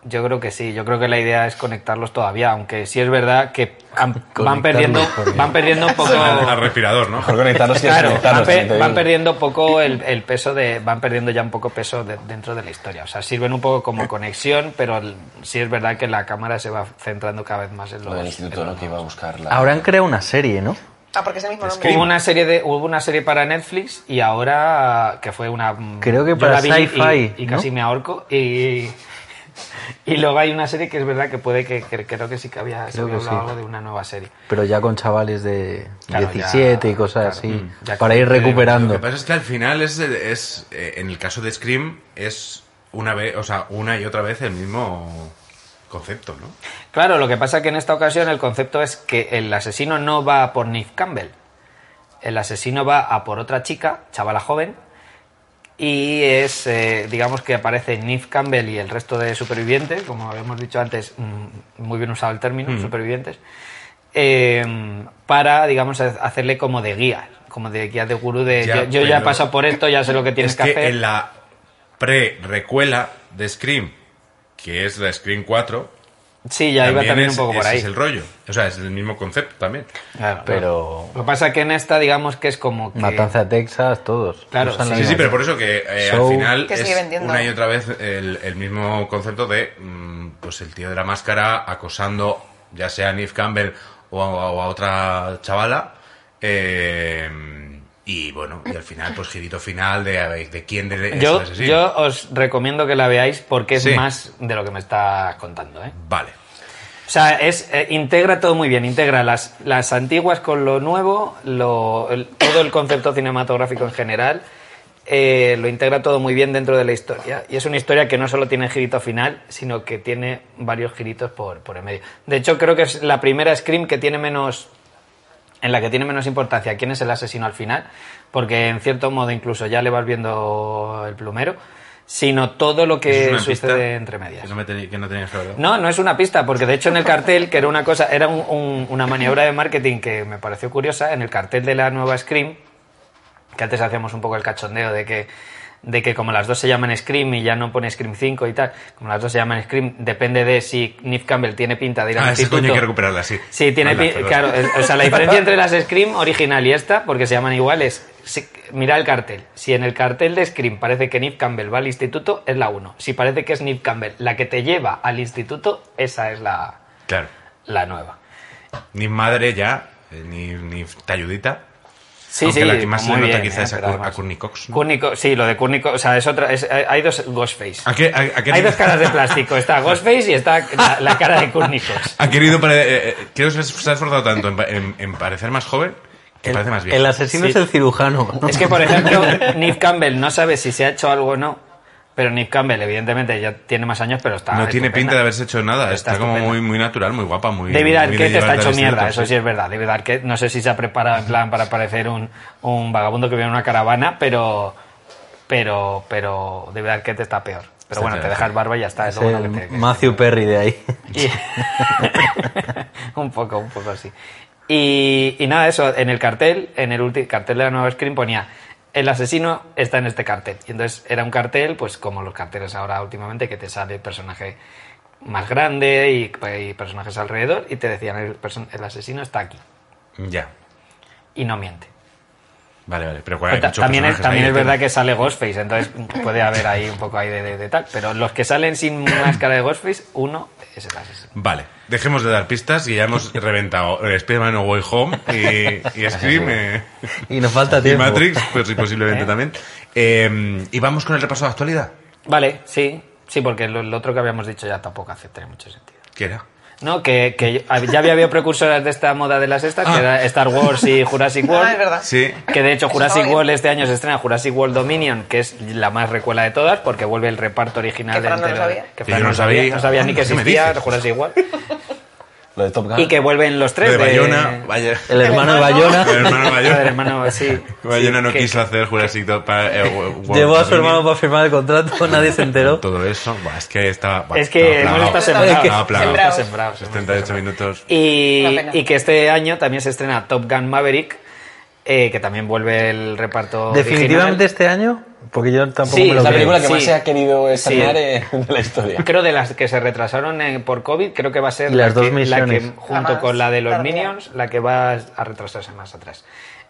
Speaker 9: Yo creo que sí. Yo creo que la idea es conectarlos todavía, aunque sí es verdad que han- van
Speaker 8: Conectarlos,
Speaker 9: perdiendo,
Speaker 8: por Dios.
Speaker 9: van perdiendo un poco.
Speaker 8: Al, al respirador, ¿no?
Speaker 10: Mejor conectarlos que
Speaker 9: Claro, van,
Speaker 10: desconectarlos,
Speaker 9: pe-
Speaker 10: también te
Speaker 9: van
Speaker 10: digo.
Speaker 9: perdiendo poco el, el peso de, van perdiendo ya un poco peso de- dentro de la historia. O sea, sirven un poco como conexión, pero el- sí es verdad que la cámara se va centrando cada vez más en los.
Speaker 10: Lo del instituto, ¿no? Que iba a buscar la...
Speaker 11: Ahora han creado una serie, ¿no?
Speaker 12: Ah, porque es el mismo nombre.
Speaker 9: Hubo una serie de, hubo una serie para Netflix y ahora que fue una mm,
Speaker 11: Creo que
Speaker 9: yo
Speaker 11: para
Speaker 9: la vi y-
Speaker 11: Sci-Fi,
Speaker 9: y,
Speaker 11: ¿no?
Speaker 9: casi me ahorco y y luego hay una serie que es verdad que puede que, que- creo que sí que había se
Speaker 11: Creo
Speaker 9: había
Speaker 11: que
Speaker 9: hablado
Speaker 11: sí.
Speaker 9: algo de una nueva serie.
Speaker 11: Pero ya con chavales de
Speaker 9: Claro,
Speaker 11: 17
Speaker 9: ya,
Speaker 11: y cosas
Speaker 9: claro.
Speaker 11: así.
Speaker 9: Mm, ya
Speaker 11: para
Speaker 9: con-
Speaker 11: ir
Speaker 8: Lo
Speaker 11: recuperando.
Speaker 8: que pasa es que al final es, es eh, en el caso de Scream es una vez, o sea, una y otra vez el mismo concepto, ¿no?
Speaker 9: Claro, lo que pasa que en esta ocasión el concepto es que el asesino no va a por Neve Campbell. El asesino va a por otra chica, chavala joven, y es, eh, digamos que aparece Neve Campbell y el resto de supervivientes, como habíamos dicho antes, mm, muy bien usado el término,
Speaker 8: Mm.
Speaker 9: supervivientes, eh, para, digamos, ha- hacerle como de guía, como de guía de gurú de
Speaker 8: Ya,
Speaker 9: yo, yo ya he
Speaker 8: pero-
Speaker 9: pasado por esto, ya sé lo que tienes
Speaker 8: es que,
Speaker 9: hacer.
Speaker 8: en la pre-recuela de Scream, que es la Scream 4,
Speaker 9: Sí, ya iba también un
Speaker 8: es-
Speaker 9: poco por
Speaker 8: ese
Speaker 9: ahí.
Speaker 8: es el rollo. O sea, es el mismo concepto también.
Speaker 9: Claro,
Speaker 11: Pero-
Speaker 9: Lo que pasa que en esta, digamos que es como que...
Speaker 11: Matanza de Texas, todos.
Speaker 9: Claro,
Speaker 11: Usan la
Speaker 8: Sí, sí,
Speaker 11: misma-
Speaker 8: pero por eso que eh,
Speaker 11: Show.
Speaker 8: al final
Speaker 12: Que
Speaker 8: es
Speaker 12: sigue vendiendo.
Speaker 8: una y otra vez el, el mismo concepto de mm, pues el tío de la máscara acosando ya sea a Neve Campbell o a, o a otra chavala eh, y bueno, y al final pues girito final de, a ver, de quién de, es
Speaker 9: Yo,
Speaker 8: el asesino.
Speaker 9: yo os recomiendo que la veáis porque es
Speaker 8: Sí.
Speaker 9: más de lo que me estás contando. ¿eh?
Speaker 8: Vale.
Speaker 9: O sea, es, eh, integra todo muy bien, integra las, las antiguas con lo nuevo, lo- el- todo el concepto cinematográfico en general, eh, lo integra todo muy bien dentro de la historia. Y es una historia que no solo tiene girito final, sino que tiene varios giritos por, por el medio. De hecho, creo que es la primera Scream que tiene menos en la que tiene menos importancia quién es el asesino al final, porque en cierto modo incluso ya le vas viendo el plumero, sino todo lo
Speaker 8: Eso es
Speaker 9: que
Speaker 8: una
Speaker 9: sucede
Speaker 8: pista
Speaker 9: entre medias.
Speaker 8: Que no, me teni- que no tenías que haber dado.
Speaker 9: No, no es una pista, porque de hecho en el cartel, que era una cosa, era un- un- una maniobra de marketing que me pareció curiosa, en el cartel de la nueva Scream, que antes hacíamos un poco el cachondeo de que, de que como las dos se llaman Scream y ya no pone Scream 5 y tal, como las dos se llaman Scream, depende de si Neve Campbell tiene pinta de ir al
Speaker 8: Ah, ese
Speaker 9: instituto.
Speaker 8: coño hay que recuperarla, sí.
Speaker 9: Sí, tiene
Speaker 8: Anda,
Speaker 9: pi-
Speaker 8: perdón.
Speaker 9: claro, el- o sea, la diferencia entre las Scream original y esta, porque se llaman iguales, si, mira el cartel. Si en el cartel de Scream parece que Nip Campbell va al instituto, es la 1. Si parece que es Nip Campbell la que te lleva al instituto, esa es la,
Speaker 8: Claro.
Speaker 9: la nueva.
Speaker 8: Ni madre ya, eh, ni, ni talludita.
Speaker 9: Sí,
Speaker 8: Aunque
Speaker 9: sí,
Speaker 8: la que más se
Speaker 9: muy
Speaker 8: le nota
Speaker 9: bien,
Speaker 8: quizás
Speaker 9: eh,
Speaker 8: es a,
Speaker 9: pero
Speaker 8: Cur- a
Speaker 9: además-
Speaker 8: Courtney Cox, ¿no?
Speaker 9: Courtney Co- sí, lo de Courtney Co- o sea, es otra, es- hay hay dos Ghostface.
Speaker 8: ¿A qué- a- a qué
Speaker 9: Hay
Speaker 8: nivel-
Speaker 9: dos caras de plástico, está Ghostface y está la, la cara de Courtney Cox.
Speaker 8: Ha querido. pare- eh, eh, creo que se se ha esforzado tanto en, pa- en- en parecer más joven que parece más viejo.
Speaker 11: El asesino
Speaker 9: Sí.
Speaker 11: es el cirujano. ¿no?
Speaker 9: Es que, por ejemplo, Nip Campbell no sabe si se ha hecho algo o no. Pero Nip Campbell, evidentemente, ya tiene más años, pero está.
Speaker 8: no tiene
Speaker 9: estupenda.
Speaker 8: pinta de haberse hecho nada. Está,
Speaker 9: Está
Speaker 8: como
Speaker 9: estupenda.
Speaker 8: muy, muy natural, muy guapa, muy.
Speaker 9: David
Speaker 8: muy
Speaker 9: Arquette
Speaker 8: de
Speaker 9: está
Speaker 8: llevar
Speaker 9: hecho
Speaker 8: al
Speaker 9: mierda,
Speaker 8: instituto,
Speaker 9: eso sí es verdad. David Arquette, no sé si se ha preparado en plan para parecer un, un vagabundo que viene en una caravana, pero. pero, pero de verdad que te está peor. Pero
Speaker 11: Está
Speaker 9: bueno,
Speaker 11: peor,
Speaker 9: te dejas barba y ya está. Es
Speaker 11: Es
Speaker 9: lo bueno que
Speaker 11: el
Speaker 9: te, que-
Speaker 11: Matthew Perry de ahí.
Speaker 9: y- un poco, un poco así. Y, y nada, eso, en el cartel, en el ulti- cartel de la nueva screen ponía el asesino está en este cartel. Y entonces era un cartel, pues como los carteles ahora últimamente, que te sale el personaje más grande y, y personajes alrededor, y te decían el, person- el asesino está aquí.
Speaker 13: Ya.
Speaker 9: Y no miente.
Speaker 13: Vale, vale. Pero bueno, hay
Speaker 9: Ta-
Speaker 13: muchos
Speaker 9: también es,
Speaker 13: personajes
Speaker 9: también
Speaker 13: ahí,
Speaker 9: es
Speaker 13: tío.
Speaker 9: verdad que sale Ghostface, entonces puede haber ahí un poco ahí de, de- de tal. Pero los que salen sin máscara de Ghostface, uno es el asesino.
Speaker 8: Vale, dejemos de dar pistas y ya hemos reventado eh, Spider-Man No Way Home y, y Scream. eh,
Speaker 11: Y nos falta tiempo.
Speaker 8: Y Matrix, pues sí, posiblemente
Speaker 9: ¿Eh?
Speaker 8: también. Eh, y vamos con el repaso de actualidad.
Speaker 9: Vale, sí, sí, porque lo, lo otro que habíamos dicho ya tampoco hace tiene mucho sentido.
Speaker 8: ¿Qué era?
Speaker 9: No, que, que ya había habido precursoras de esta moda de las estas, que era Star Wars y Jurassic World.
Speaker 12: Ah, es verdad.
Speaker 8: Ah. Sí.
Speaker 9: Que de hecho
Speaker 12: Eso
Speaker 9: Jurassic
Speaker 12: estaba bien.
Speaker 9: World este año se estrena Jurassic World Dominion, que es la más recuela de todas, porque vuelve el reparto original
Speaker 12: Que Fran no lo
Speaker 9: entero.
Speaker 12: sabía.
Speaker 9: Que
Speaker 8: Que
Speaker 9: Fran
Speaker 8: yo
Speaker 9: no
Speaker 8: no
Speaker 9: sabía,
Speaker 8: sabía. Ah,
Speaker 9: no sabía ni que
Speaker 8: ¿Qué me
Speaker 9: existía
Speaker 8: dices?
Speaker 9: Jurassic World.
Speaker 10: Lo de Top Gun.
Speaker 9: Y que vuelven los tres.
Speaker 8: Lo de Bayona, vaya-
Speaker 11: El hermano de Bayona.
Speaker 8: El hermano Bayona.
Speaker 9: El hermano, sí.
Speaker 8: Bayona no
Speaker 9: que-
Speaker 8: quiso hacer Jurassic World para, eh, World
Speaker 11: Llevó a su
Speaker 8: Dominion.
Speaker 11: hermano para firmar el contrato, nadie se enteró.
Speaker 8: Todo eso, buah, es que estaba. buah,
Speaker 9: Es que
Speaker 8: estaba
Speaker 9: hemos
Speaker 8: plagado.
Speaker 9: estado sembrados.
Speaker 8: Estaba plagado.
Speaker 9: Sembrados, sembrados, hemos
Speaker 8: 78 minutos.
Speaker 9: Y,
Speaker 12: Una pena.
Speaker 9: y que este año también se estrena Top Gun Maverick, eh, que también vuelve el reparto.
Speaker 11: Definitivamente
Speaker 9: original.
Speaker 11: este año, porque yo tampoco
Speaker 9: Sí,
Speaker 11: me lo
Speaker 10: Es la
Speaker 11: creo.
Speaker 10: película que
Speaker 9: Sí.
Speaker 10: más se ha querido estrenar
Speaker 9: Sí.
Speaker 10: eh, de la historia.
Speaker 9: Creo de las que se retrasaron eh, por COVID, creo que va a ser
Speaker 11: Y las
Speaker 9: la,
Speaker 11: dos
Speaker 9: que, la que,
Speaker 11: misiones.
Speaker 9: junto
Speaker 12: La
Speaker 9: con
Speaker 12: más
Speaker 9: la de los
Speaker 12: tardía.
Speaker 9: Minions, la que va a retrasarse más atrás.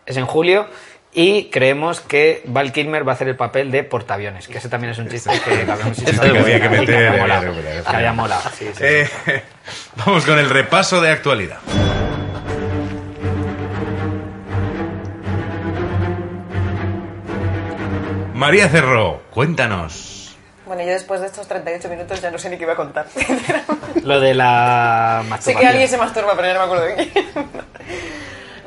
Speaker 9: Es en julio y creemos que Val Kilmer va a hacer el papel de portaaviones, que ese también es un chiste que habíamos hecho.
Speaker 8: Este que había que
Speaker 9: Y
Speaker 8: meter,
Speaker 9: había
Speaker 8: había
Speaker 9: molado,
Speaker 8: que meter,
Speaker 9: que había molado, sí, sí.
Speaker 8: Eh, vamos con el repaso de actualidad. María Cerro, cuéntanos.
Speaker 12: Bueno, yo después de estos 38 minutos ya no sé ni qué iba a contar.
Speaker 9: Lo de la masturbación.
Speaker 12: Sé que alguien se masturba, pero ya no me acuerdo de quién.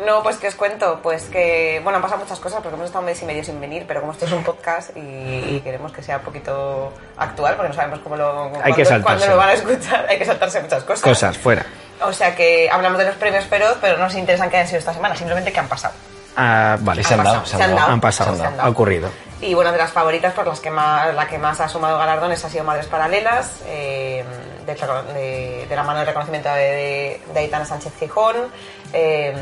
Speaker 12: No, pues que os cuento, pues que, bueno, han pasado muchas cosas porque hemos estado un mes y medio sin venir, pero como esto es un podcast y, y queremos que sea un poquito actual, porque no sabemos cómo lo,
Speaker 9: Hay que
Speaker 12: cuándo- cuándo
Speaker 9: saltarse.
Speaker 12: lo van a escuchar, hay que saltarse muchas cosas.
Speaker 9: Cosas, fuera.
Speaker 12: O sea que hablamos de los premios Feroz, pero no nos interesan que hayan sido esta semana, simplemente que han pasado.
Speaker 9: Ah, vale,
Speaker 12: Han pasado, se han dado,
Speaker 9: Han pasado,
Speaker 12: se han dado.
Speaker 9: ha ocurrido.
Speaker 12: Y bueno, de las favoritas, por las que más, la que más ha sumado galardones ha sido Madres Paralelas, eh, de, de- de la mano del reconocimiento de, de Aitana Sánchez Gijón, eh,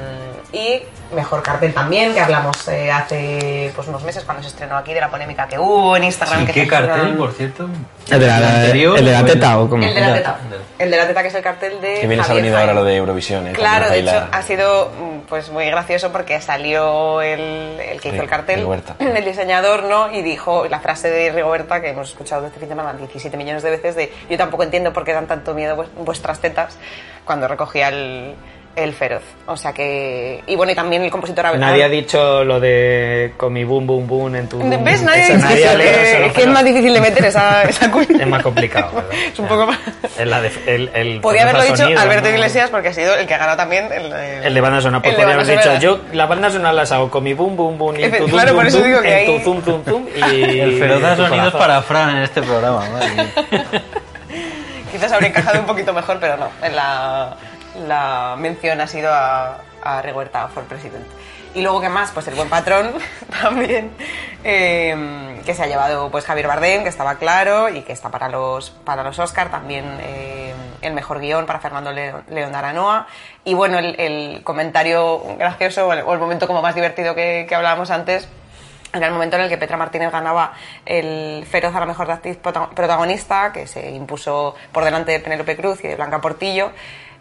Speaker 12: y Mejor Cartel también, que hablamos eh, hace pues, unos meses cuando se estrenó aquí de la polémica que hubo en Instagram. que
Speaker 11: ¿Qué
Speaker 12: censuraron-
Speaker 11: cartel, por cierto?
Speaker 9: El de la-
Speaker 11: anterior
Speaker 9: el de la
Speaker 11: o
Speaker 9: teta, ¿o cómo?
Speaker 12: El de la teta. El de la teta, que es el cartel de.
Speaker 10: Que bien les ha
Speaker 12: Javier
Speaker 10: venido
Speaker 12: Jaén.
Speaker 10: ahora lo de Eurovisión. eh,
Speaker 12: Claro,
Speaker 10: también
Speaker 12: de
Speaker 10: ahí la-
Speaker 12: hecho ha sido mm, pues muy gracioso porque salió el, el que hizo el cartel,
Speaker 10: Rigoberta.
Speaker 12: el diseñador, ¿no? Y dijo la frase de Rigoberta que hemos escuchado este fin de semana 17 millones de veces de yo tampoco entiendo por qué dan tanto miedo vues- vuestras tetas cuando recogía el, el feroz. O sea que... Y bueno, y también el compositor... Abel-
Speaker 9: Nadie ha dicho lo de con mi boom, boom, boom en tu... boom,
Speaker 12: ¿Ves?
Speaker 9: boom.
Speaker 12: Nadie ha
Speaker 9: Eso
Speaker 12: dicho
Speaker 9: nadie ha
Speaker 12: eso,
Speaker 9: leído,
Speaker 12: que-
Speaker 9: solo
Speaker 12: que es
Speaker 9: fueron-
Speaker 12: más difícil de meter esa, esa cuña.
Speaker 9: Es más complicado, ¿verdad?
Speaker 12: Es un poco más...
Speaker 9: El, la de- el, el-
Speaker 12: Podía
Speaker 9: el
Speaker 12: haberlo dicho
Speaker 9: sonido,
Speaker 12: Alberto
Speaker 9: ¿no?
Speaker 12: Iglesias porque ha sido el que ha ganado también el...
Speaker 9: El de banda sonora, pues
Speaker 12: el de
Speaker 9: podía
Speaker 12: banda
Speaker 9: haber dicho,
Speaker 12: sonora.
Speaker 9: yo las bandas sonoras las hago con mi boom, boom, boom, y
Speaker 12: Efe-
Speaker 9: tu
Speaker 12: claro,
Speaker 9: zum,
Speaker 12: por
Speaker 9: zum,
Speaker 12: eso
Speaker 9: zum,
Speaker 12: digo que
Speaker 9: en tu
Speaker 12: ahí-
Speaker 9: zum, zum, zum, y...
Speaker 11: El feroz da
Speaker 9: tu
Speaker 11: sonidos
Speaker 9: corazón.
Speaker 11: para Fran en este programa. madre mía.
Speaker 12: Quizás habría encajado un poquito mejor, pero no. La, la mención ha sido a, a Rigoberta for President. Y luego, ¿qué más? Pues el buen patrón también, eh, que se ha llevado pues Javier Bardem, que estaba claro, y que está para los, para los Oscar, también eh, el mejor guión para Fernando León, León de Aranoa. Y bueno, el, el comentario gracioso, o el, o el momento como más divertido que, que hablábamos antes, era el momento en el que Petra Martínez ganaba el Feroz a la mejor actriz prota- protagonista, que se impuso por delante de Penélope Cruz y de Blanca Portillo.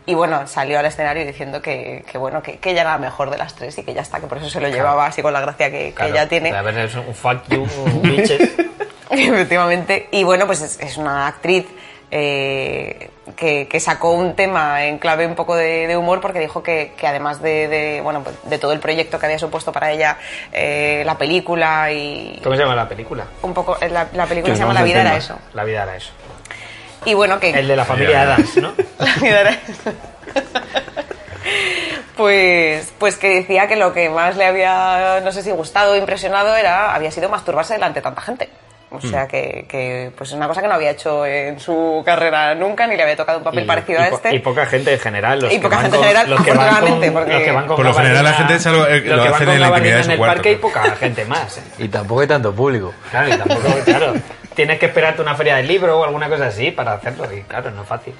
Speaker 12: Y bueno, salió al escenario diciendo que, que bueno, que, que ella era la mejor de las tres y que ya está, que por eso se lo llevaba así con la gracia que, que
Speaker 9: Claro,
Speaker 12: ella tiene.
Speaker 9: A ver, es un fuck you, un bitches.
Speaker 12: Efectivamente. Y bueno, pues es, es una actriz eh, que, que sacó un tema en clave un poco de, de humor porque dijo que, que además de, de, bueno, pues, de todo el proyecto que había supuesto para ella eh, la película y...
Speaker 9: ¿Cómo se llama la película?
Speaker 12: Un poco, eh, la, la película
Speaker 10: Que
Speaker 12: se llama
Speaker 10: vamos
Speaker 12: La
Speaker 10: al
Speaker 12: vida
Speaker 10: tema.
Speaker 12: era eso.
Speaker 9: La vida era eso.
Speaker 12: Y bueno, que...
Speaker 9: El de la familia Adams, ¿no?
Speaker 12: La vida era eso. Pues, pues que decía que lo que más le había, no sé si gustado o impresionado, era, había sido masturbarse delante de tanta gente. O
Speaker 9: Hmm.
Speaker 12: sea que, que, pues es una cosa que no había hecho en su carrera nunca, ni le había tocado un papel parecido a
Speaker 9: po-
Speaker 12: este.
Speaker 9: y poca gente en general. Los
Speaker 12: Y
Speaker 9: que
Speaker 12: poca
Speaker 9: van
Speaker 12: gente en
Speaker 9: con-
Speaker 12: general,
Speaker 9: los que van con-
Speaker 12: afortunadamente, porque-
Speaker 9: los que van con
Speaker 8: Por lo general la
Speaker 9: gabardina-
Speaker 8: gente se lo-
Speaker 9: los
Speaker 8: eh,
Speaker 9: que
Speaker 8: lo
Speaker 9: van
Speaker 8: hacen
Speaker 9: con
Speaker 8: en la
Speaker 9: gabardina
Speaker 8: intimidad de
Speaker 9: en
Speaker 8: su
Speaker 9: el
Speaker 8: cuarto,
Speaker 9: parque hay poca gente más. ¿eh?
Speaker 11: Y tampoco hay tanto público.
Speaker 9: Claro, y tampoco, claro. Tienes que esperarte una feria del libro o alguna cosa así para hacerlo. Y claro, no es fácil.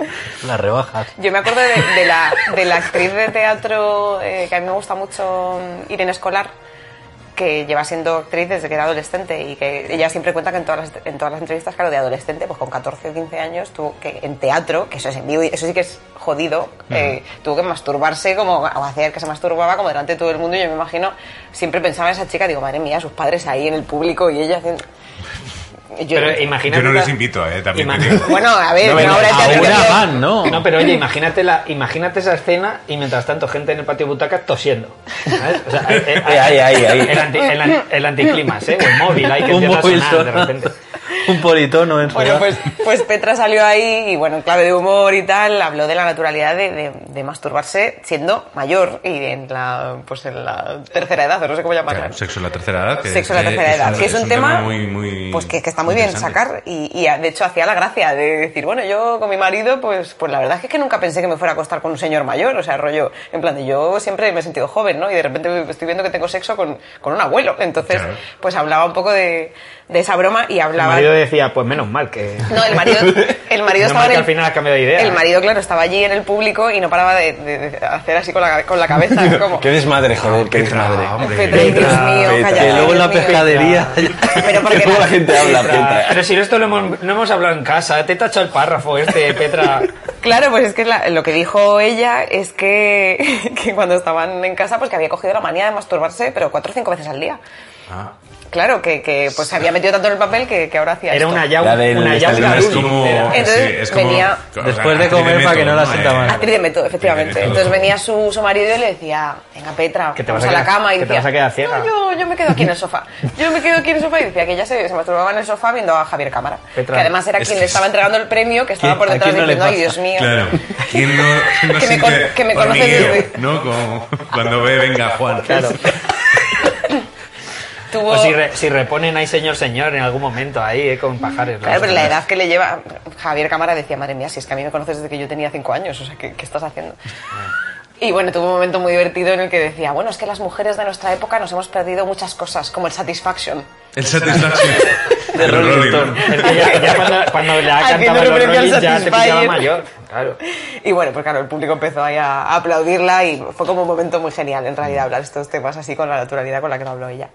Speaker 11: Las rebajas.
Speaker 12: Yo me acuerdo de, de la, de la actriz de teatro eh, que a mí me gusta mucho, mm, Irene Escolar, que lleva siendo actriz desde que era adolescente y que ella siempre cuenta que en todas las, en todas las entrevistas, claro, de adolescente, pues con 14 o 15 años, tuvo que en teatro, que eso es en vivo, y eso sí que es jodido, eh, tuvo que masturbarse como, o hacer que se masturbaba como delante de todo el mundo. Y yo me imagino, siempre pensaba esa chica, digo, madre mía, sus padres ahí en el público y ella haciendo. Yo-
Speaker 9: Pero imagínate.
Speaker 8: Yo no
Speaker 9: la-
Speaker 8: les invito, eh, también. te
Speaker 9: Imagina-
Speaker 8: digo.
Speaker 12: Bueno, a ver,
Speaker 9: No,
Speaker 12: una
Speaker 9: venga,
Speaker 12: obra de
Speaker 9: a
Speaker 12: teatro.
Speaker 9: una
Speaker 12: que-
Speaker 11: van, ¿no?
Speaker 9: No, pero oye, imagínate, la, imagínate esa escena y mientras tanto gente en el patio de butacas tosiendo. ¿sabes? O sea, eh, eh,
Speaker 10: Eh, ahí, ahí, ahí.
Speaker 9: El, anti- el an- el anticlimax, ¿eh? O el móvil, hay que
Speaker 11: Un
Speaker 9: empieza a
Speaker 11: móvil
Speaker 9: sonar de
Speaker 11: sonando.
Speaker 9: repente.
Speaker 11: Un politono en su
Speaker 12: Bueno,
Speaker 11: edad.
Speaker 12: pues, pues Petra salió ahí y, bueno, en clave de humor y tal, habló de la naturalidad de, de- de masturbarse siendo mayor y de en la, pues en la tercera edad, o no sé cómo llamarla.
Speaker 13: Claro, sexo en la tercera edad. que
Speaker 12: Sexo en la
Speaker 13: es-
Speaker 12: tercera edad, que es un tema,
Speaker 13: muy, muy
Speaker 12: Pues que, que está muy bien
Speaker 13: interesante.
Speaker 12: sacar y, y, de hecho hacía la gracia de decir, bueno, yo con mi marido, pues, pues la verdad es que, es que nunca pensé que me fuera a acostar con un señor mayor, o sea, rollo, en plan de yo siempre me he sentido joven, ¿no? Y de repente estoy viendo que tengo sexo con, con un abuelo, entonces
Speaker 13: Claro.
Speaker 12: pues hablaba un poco de, de esa broma y
Speaker 9: El
Speaker 12: hablaba...
Speaker 9: marido decía, pues menos mal que.
Speaker 12: No, el marido, el
Speaker 9: Menos
Speaker 12: marido estaba
Speaker 9: mal
Speaker 12: en
Speaker 9: que
Speaker 12: el-
Speaker 9: al final has cambiado de idea.
Speaker 12: El marido, claro, estaba allí en el público y no paraba de, de- de hacer así con la, con la cabeza. Como,
Speaker 10: Qué desmadre, joder, qué desmadre.
Speaker 12: Petra, Dios mío,
Speaker 10: Petra.
Speaker 12: calla,
Speaker 10: Que
Speaker 11: Que luego en la
Speaker 12: Dios mío.
Speaker 11: pescadería.
Speaker 12: Pero porque
Speaker 10: Luego la
Speaker 12: la-
Speaker 10: gente habla,
Speaker 9: Petra,
Speaker 10: Petra.
Speaker 9: Pero si esto lo hemos, no hemos hablado en casa, te he tachado el párrafo este, Petra.
Speaker 12: Claro, pues es que la- lo que dijo ella es que, que cuando estaban en casa, pues que había cogido la manía de masturbarse, pero cuatro o cinco veces al día.
Speaker 9: Ah.
Speaker 12: Claro, que, que pues se había metido tanto en el papel que, que ahora hacía
Speaker 9: Era
Speaker 12: esto.
Speaker 9: una
Speaker 10: La
Speaker 9: yaula.
Speaker 10: del
Speaker 9: Una
Speaker 10: estadio
Speaker 9: yaula
Speaker 8: Es
Speaker 10: Luli.
Speaker 8: como.
Speaker 12: Entonces,
Speaker 8: sí, es como-
Speaker 12: venía-
Speaker 8: o sea,
Speaker 11: Después de
Speaker 8: actriz
Speaker 11: comer para
Speaker 8: método,
Speaker 11: que no la
Speaker 8: ¿no?
Speaker 11: sienta
Speaker 8: Eh,
Speaker 9: Ah,
Speaker 11: mal.
Speaker 12: Actriz de método, efectivamente.
Speaker 8: Actriz de método.
Speaker 12: Entonces venía su, su marido y le decía, venga Petra,
Speaker 9: Que te
Speaker 12: vamos
Speaker 9: vas
Speaker 12: a
Speaker 9: a
Speaker 12: la
Speaker 9: quedar-
Speaker 12: cama y
Speaker 9: que te
Speaker 12: decía,
Speaker 9: vas a quedar ciega.
Speaker 12: "No, yo, yo me quedo aquí en el sofá. Yo me quedo aquí en el sofá y decía que ella se, se masturbaba en el sofá viendo a Javier Cámara.
Speaker 9: Petra,
Speaker 12: que además era
Speaker 9: es
Speaker 12: quien
Speaker 9: que
Speaker 12: le
Speaker 9: es-
Speaker 12: estaba entregando el premio, que estaba
Speaker 11: ¿Qué-
Speaker 12: por
Speaker 11: a
Speaker 12: detrás
Speaker 11: quién no le
Speaker 12: diciendo, ay Dios
Speaker 11: pasa?
Speaker 12: mío.
Speaker 8: Claro. ¿Quién no, quién no
Speaker 12: Que me
Speaker 8: siente
Speaker 12: con- que me conoce
Speaker 8: hormigueo,
Speaker 12: desde-
Speaker 8: ¿no? Como cuando ve, venga, Juan.
Speaker 9: Claro.
Speaker 12: Tuvo...
Speaker 9: O si, re- si reponen ahí señor, señor en algún momento ahí, eh, con pajares. ¿no?
Speaker 12: Claro, pero la edad que le lleva. Javier Cámara decía, madre mía, si es que a mí me conoces desde que yo tenía cinco años, o sea, ¿qué, qué estás haciendo? Y bueno, tuvo un momento muy divertido en el que decía, bueno, es que las mujeres de nuestra época nos hemos perdido muchas cosas, como el satisfaction.
Speaker 8: El satisfaction. De
Speaker 11: Rolling Stone.
Speaker 9: Es que ya, ya cuando, cuando la
Speaker 12: Haciendo
Speaker 9: cantaba los
Speaker 12: referencia al
Speaker 9: Rolling ya te pillaba
Speaker 12: Satisfyer.
Speaker 9: mayor. Claro.
Speaker 12: Y bueno, pues claro, el público empezó ahí a, a aplaudirla y fue como un momento muy genial en realidad hablar estos temas así con la naturalidad con la que lo habló ella.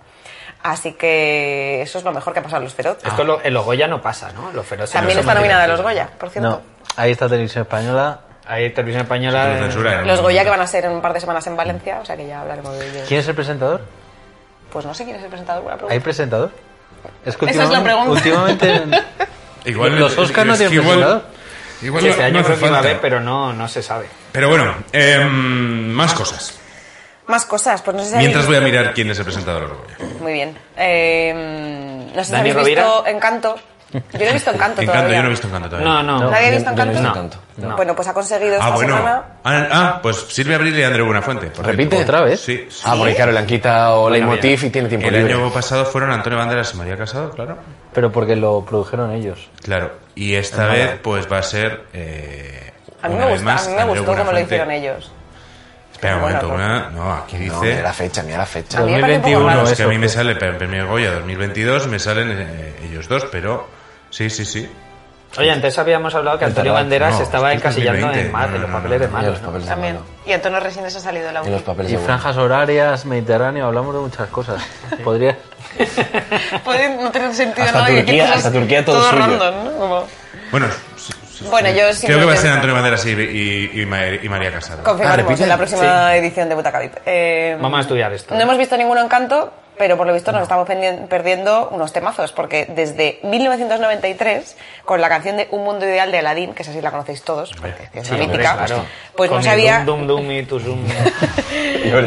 Speaker 12: Así que eso es lo mejor que ha pasado en los Feroz.
Speaker 8: Ah.
Speaker 9: Esto lo- en los Goya no pasa, ¿no? Los feroces.
Speaker 12: También
Speaker 9: no son
Speaker 12: está nominada a los
Speaker 9: materiales.
Speaker 12: Goya, por cierto.
Speaker 11: No, ahí está Televisión Española.
Speaker 9: Ahí
Speaker 13: Te
Speaker 9: Televisión
Speaker 13: lo
Speaker 9: Española. eh,
Speaker 13: censuran.
Speaker 12: Los Goya que van a ser en un par de semanas en Valencia, o sea que ya hablaremos de ellos.
Speaker 11: ¿Quién es el presentador?
Speaker 12: Pues no sé quién es el presentador, buena pregunta.
Speaker 11: ¿Hay presentador? Es que
Speaker 12: Esa es la
Speaker 11: últimamente- últimamente
Speaker 8: Igual-
Speaker 11: los Oscars no
Speaker 8: es que
Speaker 11: tienen
Speaker 8: igual-
Speaker 11: presentador.
Speaker 8: Igual
Speaker 9: Este año
Speaker 8: no hace
Speaker 9: creo que iba a
Speaker 8: falta.
Speaker 9: haber, pero no, no se sabe.
Speaker 8: Pero bueno, em, más cosas.
Speaker 12: Más cosas, pues no sé si
Speaker 8: Mientras voy
Speaker 12: habéis
Speaker 8: a mirar quién es el presentador del Goya.
Speaker 12: visto- Muy bien. Eh, no sé si
Speaker 9: Dani
Speaker 12: habéis
Speaker 9: Rovira.
Speaker 12: visto Encanto. Yo no he visto Encanto
Speaker 8: Encanto,
Speaker 12: todavía.
Speaker 8: yo no he visto Encanto todavía.
Speaker 9: No, no.
Speaker 12: ¿Nadie ha
Speaker 10: yo-
Speaker 12: visto
Speaker 10: yo no he
Speaker 12: Encanto?
Speaker 10: visto
Speaker 9: Encanto, no.
Speaker 12: Bueno, pues ha conseguido
Speaker 8: Ah,
Speaker 12: esta
Speaker 8: bueno.
Speaker 12: semana...
Speaker 8: Ah, ah, pues Silvia Abril y Andreu Buenafuente. por cierto.
Speaker 10: ¿Repite otra vez?
Speaker 8: Sí. sí.
Speaker 10: Ah, porque claro, le han quitado Leitmotiv
Speaker 9: mira.
Speaker 10: y tiene tiempo
Speaker 8: El
Speaker 10: libre.
Speaker 8: año pasado fueron Antonio Banderas y María Casado, claro.
Speaker 11: Pero porque lo produjeron ellos.
Speaker 8: Claro. Y esta vez, pues va a ser. eh,
Speaker 12: A mí
Speaker 8: una
Speaker 12: me,
Speaker 8: vez
Speaker 12: gusta-
Speaker 8: más,
Speaker 12: a mí me
Speaker 8: Andreu
Speaker 12: gustó como lo
Speaker 8: Buenafuente.
Speaker 12: hicieron ellos.
Speaker 8: Espera un
Speaker 12: Bueno, pues-
Speaker 8: momento, una. No, aquí dice.
Speaker 10: No, mira la fecha, mira la fecha.
Speaker 12: A mí me parece un poco
Speaker 11: 2021
Speaker 12: raro.
Speaker 8: No, es
Speaker 11: eso,
Speaker 8: que a mí me
Speaker 11: pues.
Speaker 8: sale pe- Premio Goya 2022, me salen eh, ellos dos, pero sí, sí, sí.
Speaker 9: Oye, antes habíamos hablado que Antonio
Speaker 10: Tarantino,
Speaker 9: Banderas
Speaker 8: no,
Speaker 9: estaba
Speaker 8: es que es
Speaker 9: encasillando
Speaker 8: 2020,
Speaker 9: en, mar,
Speaker 8: no,
Speaker 9: en los
Speaker 8: no, no,
Speaker 9: papeles de
Speaker 8: no,
Speaker 10: Y
Speaker 9: malos,
Speaker 10: los
Speaker 9: ¿no?
Speaker 10: papeles de
Speaker 12: También.
Speaker 10: mano.
Speaker 12: Y Antonio Resines ha salido la
Speaker 10: Y los
Speaker 12: última.
Speaker 10: papeles
Speaker 11: Y
Speaker 10: de mano.
Speaker 11: franjas horarias, Mediterráneo, hablamos de muchas cosas. Podría...
Speaker 12: Puede no tener sentido
Speaker 10: Hasta
Speaker 12: nada. y aquí
Speaker 10: Turquía-
Speaker 12: cosas
Speaker 10: hasta Turquía todo suyo.
Speaker 12: random, ¿no? Como-
Speaker 8: Bueno, sí, sí,
Speaker 12: Bueno, yo
Speaker 8: creo que va a
Speaker 12: simplemente-
Speaker 8: ser Antonio Banderas y, y- y Ma- y María Casado.
Speaker 12: Confirmaremos
Speaker 10: repite.
Speaker 12: en la próxima edición de Butacavip. Eh,
Speaker 9: Vamos a estudiar esto.
Speaker 12: No hemos visto ninguno encanto, pero por lo visto nos estamos pendi- perdiendo unos temazos, porque desde 1993, con la canción de Un Mundo Ideal de Aladdin, que es así la conocéis todos, porque es
Speaker 9: Sí,
Speaker 12: una
Speaker 9: hombre,
Speaker 12: mítica,
Speaker 9: claro.
Speaker 12: pues
Speaker 9: Con
Speaker 12: no se
Speaker 9: el
Speaker 12: había,
Speaker 9: Dum, dum, dum y tu zoom.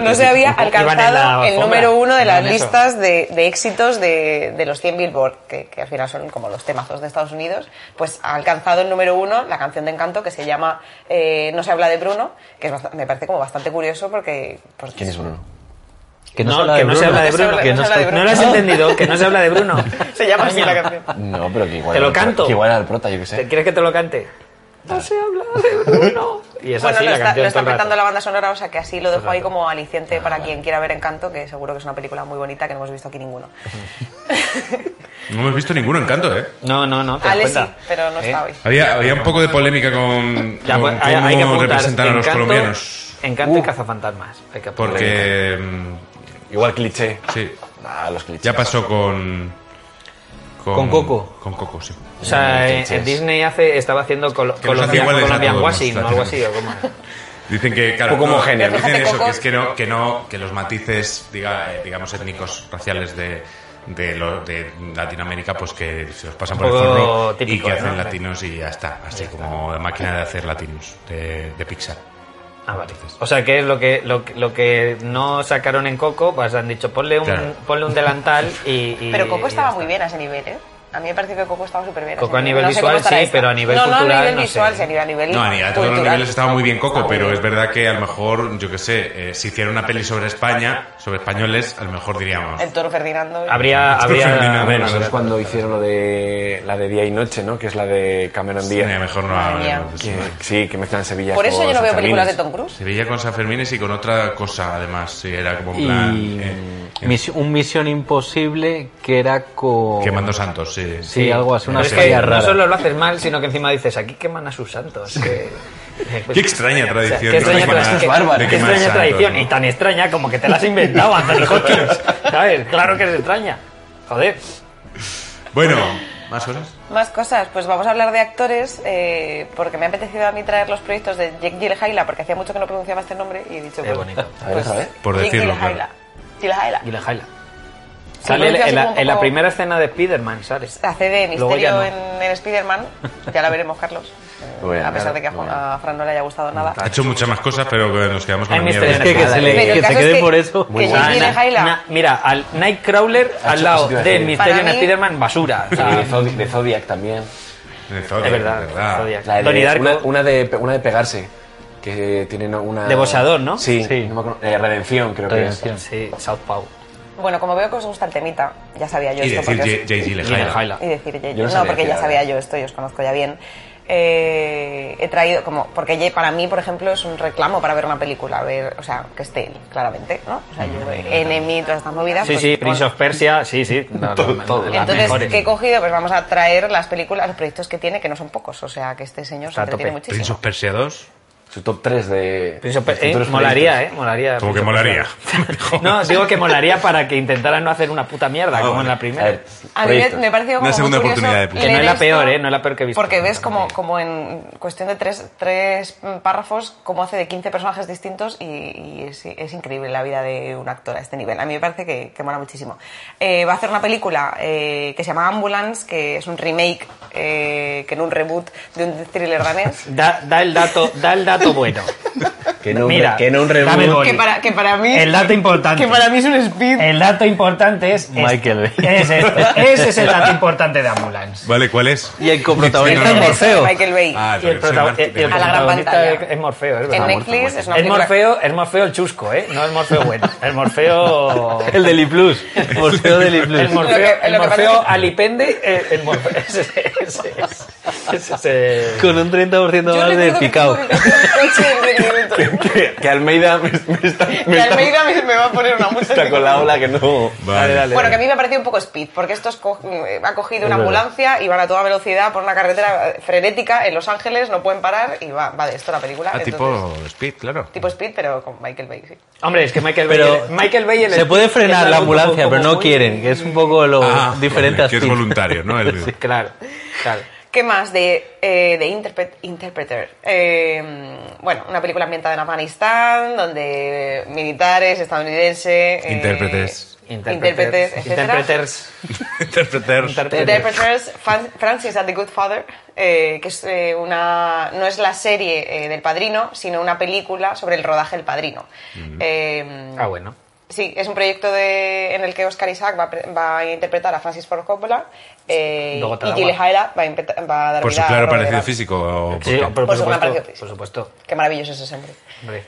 Speaker 12: no se había
Speaker 9: Iban en la
Speaker 12: alcanzado el
Speaker 9: alfombra.
Speaker 12: número uno de las
Speaker 9: Iban eso.
Speaker 12: listas de, de éxitos de, de los 100 Billboard, que, que al final son como los temazos de Estados Unidos, pues ha alcanzado el número uno la canción de encanto que se llama eh, No se habla de Bruno, que es bast- me parece como bastante curioso porque... pues,
Speaker 10: ¿Quién es Bruno?
Speaker 11: Que no,
Speaker 9: No,
Speaker 11: se habla de
Speaker 9: que no
Speaker 11: Bruno.
Speaker 9: se habla de Bruno.
Speaker 12: que no se habla de
Speaker 9: ¿No
Speaker 12: Bruno.
Speaker 9: lo has
Speaker 12: No.
Speaker 9: entendido? Que no se habla de Bruno.
Speaker 12: Se llama así la canción.
Speaker 10: No, pero que igual.
Speaker 9: Te
Speaker 10: era
Speaker 9: lo
Speaker 10: el pro-
Speaker 9: canto.
Speaker 10: Que igual era el prota, yo qué
Speaker 9: ¿Te-
Speaker 10: sé.
Speaker 9: ¿Eh? ¿Quieres que te lo cante? No se habla de Bruno. Y es
Speaker 12: bueno,
Speaker 9: así
Speaker 12: lo
Speaker 9: la
Speaker 12: está,
Speaker 9: canción
Speaker 12: lo está
Speaker 9: todo el rato.
Speaker 12: petando la banda sonora, o sea que así lo dejo ahí como aliciente
Speaker 9: Ah,
Speaker 12: para quien quiera ver Encanto, que seguro que es una película muy bonita que no hemos visto aquí ninguno.
Speaker 8: No hemos visto ninguno encanto, ¿eh?
Speaker 9: No, no, no.
Speaker 12: Ale sí, pero
Speaker 9: ¿Eh?
Speaker 12: no está hoy.
Speaker 8: Había, había un poco de polémica con,
Speaker 9: Ya,
Speaker 8: con
Speaker 9: pues, hay, hay que
Speaker 8: cómo
Speaker 9: apuntar.
Speaker 8: representan a los
Speaker 9: Encanto-
Speaker 8: colombianos.
Speaker 9: Encanto
Speaker 12: Uh.
Speaker 9: y cazafantasmas. Hay que apuntar.
Speaker 8: Porque. mm,
Speaker 10: Igual cliché.
Speaker 8: Sí.
Speaker 10: Ah, los clichés.
Speaker 8: Ya pasó con.
Speaker 9: Con Coco.
Speaker 8: Con Coco, sí.
Speaker 9: O sea, eh, en Disney hace, estaba haciendo
Speaker 8: Que
Speaker 9: col
Speaker 8: nos hace
Speaker 9: Colombian,
Speaker 8: iguales a
Speaker 9: Colombian
Speaker 8: todos,
Speaker 9: Washing
Speaker 8: nos
Speaker 9: o
Speaker 8: hace
Speaker 9: algo así.
Speaker 8: iguales.
Speaker 9: o como-
Speaker 8: Dicen que, claro,
Speaker 10: Poco
Speaker 8: no,
Speaker 10: homogéneo.
Speaker 8: Dicen
Speaker 12: Fíjate,
Speaker 8: eso,
Speaker 12: Coco.
Speaker 8: que es que no, que no, que los matices, diga, eh, digamos, étnicos, raciales de, de, lo- de Latinoamérica, pues que se los pasan por el
Speaker 9: Un poco
Speaker 8: forro
Speaker 9: típico,
Speaker 8: y que
Speaker 9: ¿no?
Speaker 8: hacen latinos y ya está. Así como máquina de hacer latinos de, de Pixar.
Speaker 9: Ah, vale. O sea, que es lo que, lo, que- lo que no sacaron en Coco, pues han dicho, ponle un,
Speaker 8: Claro.
Speaker 9: ponle un delantal y... y-
Speaker 12: Pero Coco
Speaker 9: y
Speaker 12: estaba
Speaker 9: ya
Speaker 12: muy bien a ese nivel, ¿eh? A mí me pareció que Coco estaba súper bien.
Speaker 9: Coco a
Speaker 12: ese
Speaker 9: nivel
Speaker 12: No sé cómo
Speaker 9: visual,
Speaker 12: estará
Speaker 9: sí,
Speaker 12: esta.
Speaker 9: pero a nivel
Speaker 12: no, No,
Speaker 9: cultural,
Speaker 12: a nivel
Speaker 9: no sé.
Speaker 12: visual, sí, a nivel, a nivel
Speaker 8: No, a, ni- a todos los
Speaker 12: cultural.
Speaker 8: niveles estaba muy bien Coco, pero es verdad que a lo mejor, yo que sé, eh, si hiciera una peli sobre España, sobre españoles, a lo mejor diríamos.
Speaker 12: El toro Ferdinando.
Speaker 9: Habría-
Speaker 8: Esto es habría- una-
Speaker 10: A ver,
Speaker 8: una-
Speaker 10: nosotros cuando hicieron lo de la de día y noche, ¿no? Que es la de Cameron
Speaker 8: Sí,
Speaker 10: Díaz.
Speaker 8: mejor no
Speaker 12: Madre mía.
Speaker 8: hablemos de
Speaker 10: Que-
Speaker 8: eso.
Speaker 10: sí, que mezclan Sevilla
Speaker 12: Por eso
Speaker 10: con
Speaker 12: yo no veo
Speaker 10: Sanfermines.
Speaker 12: películas de Tom Cruise.
Speaker 8: Sevilla con San Fermín y con otra cosa, además. Sí, era como en
Speaker 11: Y
Speaker 8: plan. eh,
Speaker 11: mis- un Misión Imposible que era con...
Speaker 8: quemando santos, sí.
Speaker 11: Sí, algo así, una
Speaker 9: Pero es
Speaker 11: historia
Speaker 9: que no
Speaker 11: rara.
Speaker 9: solo lo haces mal, sino que encima dices, aquí queman a sus santos. que- eh, pues,
Speaker 8: Qué extraña tradición,
Speaker 9: qué
Speaker 8: ¿no?
Speaker 9: extraña,
Speaker 8: Quemar-
Speaker 9: tradición,
Speaker 8: de
Speaker 9: qué-
Speaker 8: quemar
Speaker 9: qué extraña
Speaker 8: santos,
Speaker 9: tradición.
Speaker 8: ¿no?
Speaker 9: Y tan extraña como que te la has inventado, Anthony Hopkins. ¿Sabes? Claro que es extraña. Joder.
Speaker 8: Bueno, ¿más horas?
Speaker 12: Más cosas, pues vamos a hablar de actores, eh, porque me ha apetecido a mí traer los proyectos de Jake Gyllenhaal, porque hacía mucho que no pronunciaba este nombre y he dicho... pues,
Speaker 9: Es bonito.
Speaker 10: A ver, a ver.
Speaker 8: Por decirlo, claro.
Speaker 12: Gyllenhaal. Gyllenhaal.
Speaker 9: Y la jaila.
Speaker 12: Se
Speaker 9: Sale en,
Speaker 12: pronuncia así
Speaker 9: la,
Speaker 12: como un
Speaker 9: en la
Speaker 12: poco-
Speaker 9: primera escena de Spider-Man, ¿sabes?
Speaker 12: Hace de
Speaker 9: Luego ya
Speaker 12: misterio
Speaker 9: no.
Speaker 12: en, en Spider-Man, ya la veremos, Carlos. eh,
Speaker 10: Muy bien,
Speaker 12: a pesar
Speaker 10: claro,
Speaker 12: de que a,
Speaker 10: muy
Speaker 12: Juan-
Speaker 10: bien.
Speaker 12: a Fran no le haya gustado nada.
Speaker 8: Ha hecho muchas más cosas, pero que nos quedamos con
Speaker 9: Hay
Speaker 8: la
Speaker 9: misterios
Speaker 11: Es
Speaker 8: mierda.
Speaker 11: que, que se, le-
Speaker 9: Pero
Speaker 12: el
Speaker 11: que se
Speaker 12: caso es
Speaker 11: quede
Speaker 12: eh, que-
Speaker 11: por eso.
Speaker 10: Muy
Speaker 12: que
Speaker 10: bueno.
Speaker 12: Jake
Speaker 9: Na-
Speaker 12: Gyllenhaal-
Speaker 9: na- mira, al Nightcrawler
Speaker 10: Ha
Speaker 9: al
Speaker 10: hecho-
Speaker 9: lado
Speaker 10: eso te iba a
Speaker 9: de
Speaker 10: decir.
Speaker 9: Misterio
Speaker 12: Para
Speaker 9: en
Speaker 12: mí-
Speaker 9: Spider-Man, basura. Ah, o sea,
Speaker 10: La de Zodi- de Zodiac también.
Speaker 8: De Zodiac,
Speaker 9: Es verdad,
Speaker 8: ¿verdad?
Speaker 9: Zodiac.
Speaker 10: La de-
Speaker 9: Tony Darko.
Speaker 10: Una, una de, pe- una de pegarse. Que tienen una.
Speaker 9: De boxeador, ¿no?
Speaker 10: Sí.
Speaker 11: Sí.
Speaker 10: no me acuerdo. Eh, Redención, creo
Speaker 11: Redención.
Speaker 9: Sí, Southpaw.
Speaker 12: Bueno, como veo que os gusta el temita, ya sabía yo
Speaker 8: Y
Speaker 12: esto.
Speaker 8: decir
Speaker 12: porque os-
Speaker 8: J- J.G. Lehigh.
Speaker 9: Gyllenhaal.
Speaker 12: y decir Jay.
Speaker 10: Yo no
Speaker 12: no,
Speaker 10: sabía
Speaker 12: porque
Speaker 10: que
Speaker 12: ya
Speaker 10: era-
Speaker 12: sabía yo esto y os conozco ya bien. Eh, he traído como porque Jay para mí por ejemplo es un reclamo para ver una película a ver o sea que esté él claramente no o sea yo
Speaker 8: Mm.
Speaker 12: enemy todas estas movidas
Speaker 9: Sí,
Speaker 12: pues,
Speaker 9: sí,
Speaker 12: bueno.
Speaker 9: Prince of Persia, sí, sí. No,
Speaker 10: Todo,
Speaker 9: no,
Speaker 10: todo.
Speaker 9: las
Speaker 12: entonces
Speaker 9: mejores.
Speaker 12: qué he cogido pues vamos a traer las películas los proyectos que tiene que no son pocos o sea que este señor
Speaker 9: Está a
Speaker 12: se entretiene
Speaker 9: tope.
Speaker 8: Prince
Speaker 12: muchísimo
Speaker 8: of Persia 2.
Speaker 10: Su top 3 de.
Speaker 9: Prince of Persia, eh,
Speaker 10: futuros
Speaker 9: molaría,
Speaker 10: proyectos.
Speaker 9: ¿eh? Molaría.
Speaker 8: Como
Speaker 9: Prince
Speaker 8: que
Speaker 9: of
Speaker 8: molaría.
Speaker 9: Persia. No, digo que molaría para que intentaran no hacer una puta mierda, como en la
Speaker 10: A
Speaker 9: primera.
Speaker 10: ver,
Speaker 12: a mí me,
Speaker 10: proyectos.
Speaker 12: me ha parecido como
Speaker 8: Una
Speaker 12: muy
Speaker 8: segunda
Speaker 12: curioso
Speaker 8: oportunidad de película.
Speaker 9: Que no es la
Speaker 12: leer
Speaker 9: peor,
Speaker 12: esto,
Speaker 9: ¿eh? No es la peor que he visto.
Speaker 12: Porque ves como, como en cuestión de tres, tres párrafos, como hace de 15 personajes distintos y, y es, es increíble la vida de un actor a este nivel. A mí me parece que, que mola muchísimo. Eh, va a hacer una película eh, que se llama Ambulance, que es un remake, eh, que en un reboot de un thriller danés.
Speaker 9: Da, da el dato, da el dato bueno.
Speaker 10: Que no,
Speaker 9: Mira,
Speaker 10: que no un
Speaker 9: dame
Speaker 10: reboot.
Speaker 9: boli.
Speaker 12: Que para, que para mí...
Speaker 9: El dato importante.
Speaker 12: Que para mí es un speed.
Speaker 9: El dato importante es.
Speaker 11: Michael
Speaker 9: este.
Speaker 11: Bay.
Speaker 9: Es este. Ese es el dato importante de Ambulance.
Speaker 8: Vale, ¿cuál es?
Speaker 11: Y el coprotagonista
Speaker 8: Sí,
Speaker 11: es
Speaker 8: no, no.
Speaker 11: Morfeo.
Speaker 12: Michael Bay.
Speaker 8: Ah,
Speaker 9: Y el,
Speaker 8: soy
Speaker 9: prota-
Speaker 8: Martín.
Speaker 9: y el
Speaker 12: A la gran
Speaker 9: protagonista
Speaker 12: pantalla.
Speaker 9: es- es Morfeo, es
Speaker 12: en
Speaker 9: verdad.
Speaker 12: Netflix es una
Speaker 9: Es
Speaker 12: película-
Speaker 9: Morfeo, es Morfeo el chusco, ¿eh? No el Morfeo bueno. El Morfeo.
Speaker 11: El del Iplus. Morfeo del
Speaker 9: El
Speaker 11: Iplus.
Speaker 9: Morfeo,
Speaker 12: Lo que-
Speaker 9: el
Speaker 12: lo que pasa
Speaker 9: Morfeo
Speaker 12: es que-
Speaker 9: alipende. eh, El Morfeo. Ese, ese, ese, ese, ese.
Speaker 11: Con un 30%
Speaker 12: Yo
Speaker 11: más de
Speaker 12: recuerdo que
Speaker 11: picado.
Speaker 12: tuve que coger un coche en 10 minutos.
Speaker 10: Que, que Almeida me, me está. me
Speaker 12: Que
Speaker 10: está-
Speaker 12: Almeida me, me va a poner una multa.
Speaker 10: está con la ola que no.
Speaker 8: Vale.
Speaker 12: Bueno, que a mí me ha parecido un poco speed, porque estos co- eh, ha cogido una ambulancia y van a toda velocidad por una carretera eh, frenética en Los Ángeles, no pueden parar y va, va de esto la película.
Speaker 8: Ah,
Speaker 12: entonces-
Speaker 8: tipo Speed, claro.
Speaker 12: tipo speed, pero con Michael Bay, sí.
Speaker 9: Hombre, es que Michael Bay.
Speaker 11: Pero
Speaker 9: Michael Bay el
Speaker 11: se puede
Speaker 9: es
Speaker 11: frenar la
Speaker 9: algo como-
Speaker 11: ambulancia,
Speaker 9: como
Speaker 11: pero no
Speaker 9: muy-
Speaker 11: quieren, que es un poco lo
Speaker 8: Ah,
Speaker 11: diferente
Speaker 8: vale,
Speaker 11: a
Speaker 8: que es
Speaker 11: Speed.
Speaker 8: voluntario, ¿no? El-
Speaker 9: Claro, claro.
Speaker 12: ¿Qué más de, eh, de Interpret- Interpreter? Eh, bueno, una película ambientada en Afganistán, donde militares, estadounidenses... eh,
Speaker 8: Intérpretes.
Speaker 12: Intérpretes, etcétera.
Speaker 9: Interpreters.
Speaker 8: Interpretar.
Speaker 9: Interpreters.
Speaker 12: Interpreters, Fan- Francis and the Good Father, eh, que es eh, una no es la serie eh, del Padrino, sino una película sobre el rodaje del Padrino. Eh,
Speaker 9: Ah, bueno.
Speaker 12: Sí, es un proyecto de, en el que Oscar Isaac va, a pre- va a interpretar a Francis Ford Coppola eh,
Speaker 9: Luego te
Speaker 12: y
Speaker 9: da
Speaker 12: Gilles
Speaker 9: igual.
Speaker 12: Hyla va a, interpre- va a dar
Speaker 8: Por su
Speaker 12: vida a
Speaker 8: claro
Speaker 12: Robert
Speaker 8: parecido
Speaker 12: Redford.
Speaker 8: físico. o
Speaker 9: Sí,
Speaker 8: por qué.
Speaker 9: por,
Speaker 12: Pues
Speaker 9: por
Speaker 12: una
Speaker 9: supuesto.
Speaker 12: aparición.
Speaker 9: Por supuesto.
Speaker 12: Qué maravilloso es ese hombre.
Speaker 9: Hombre.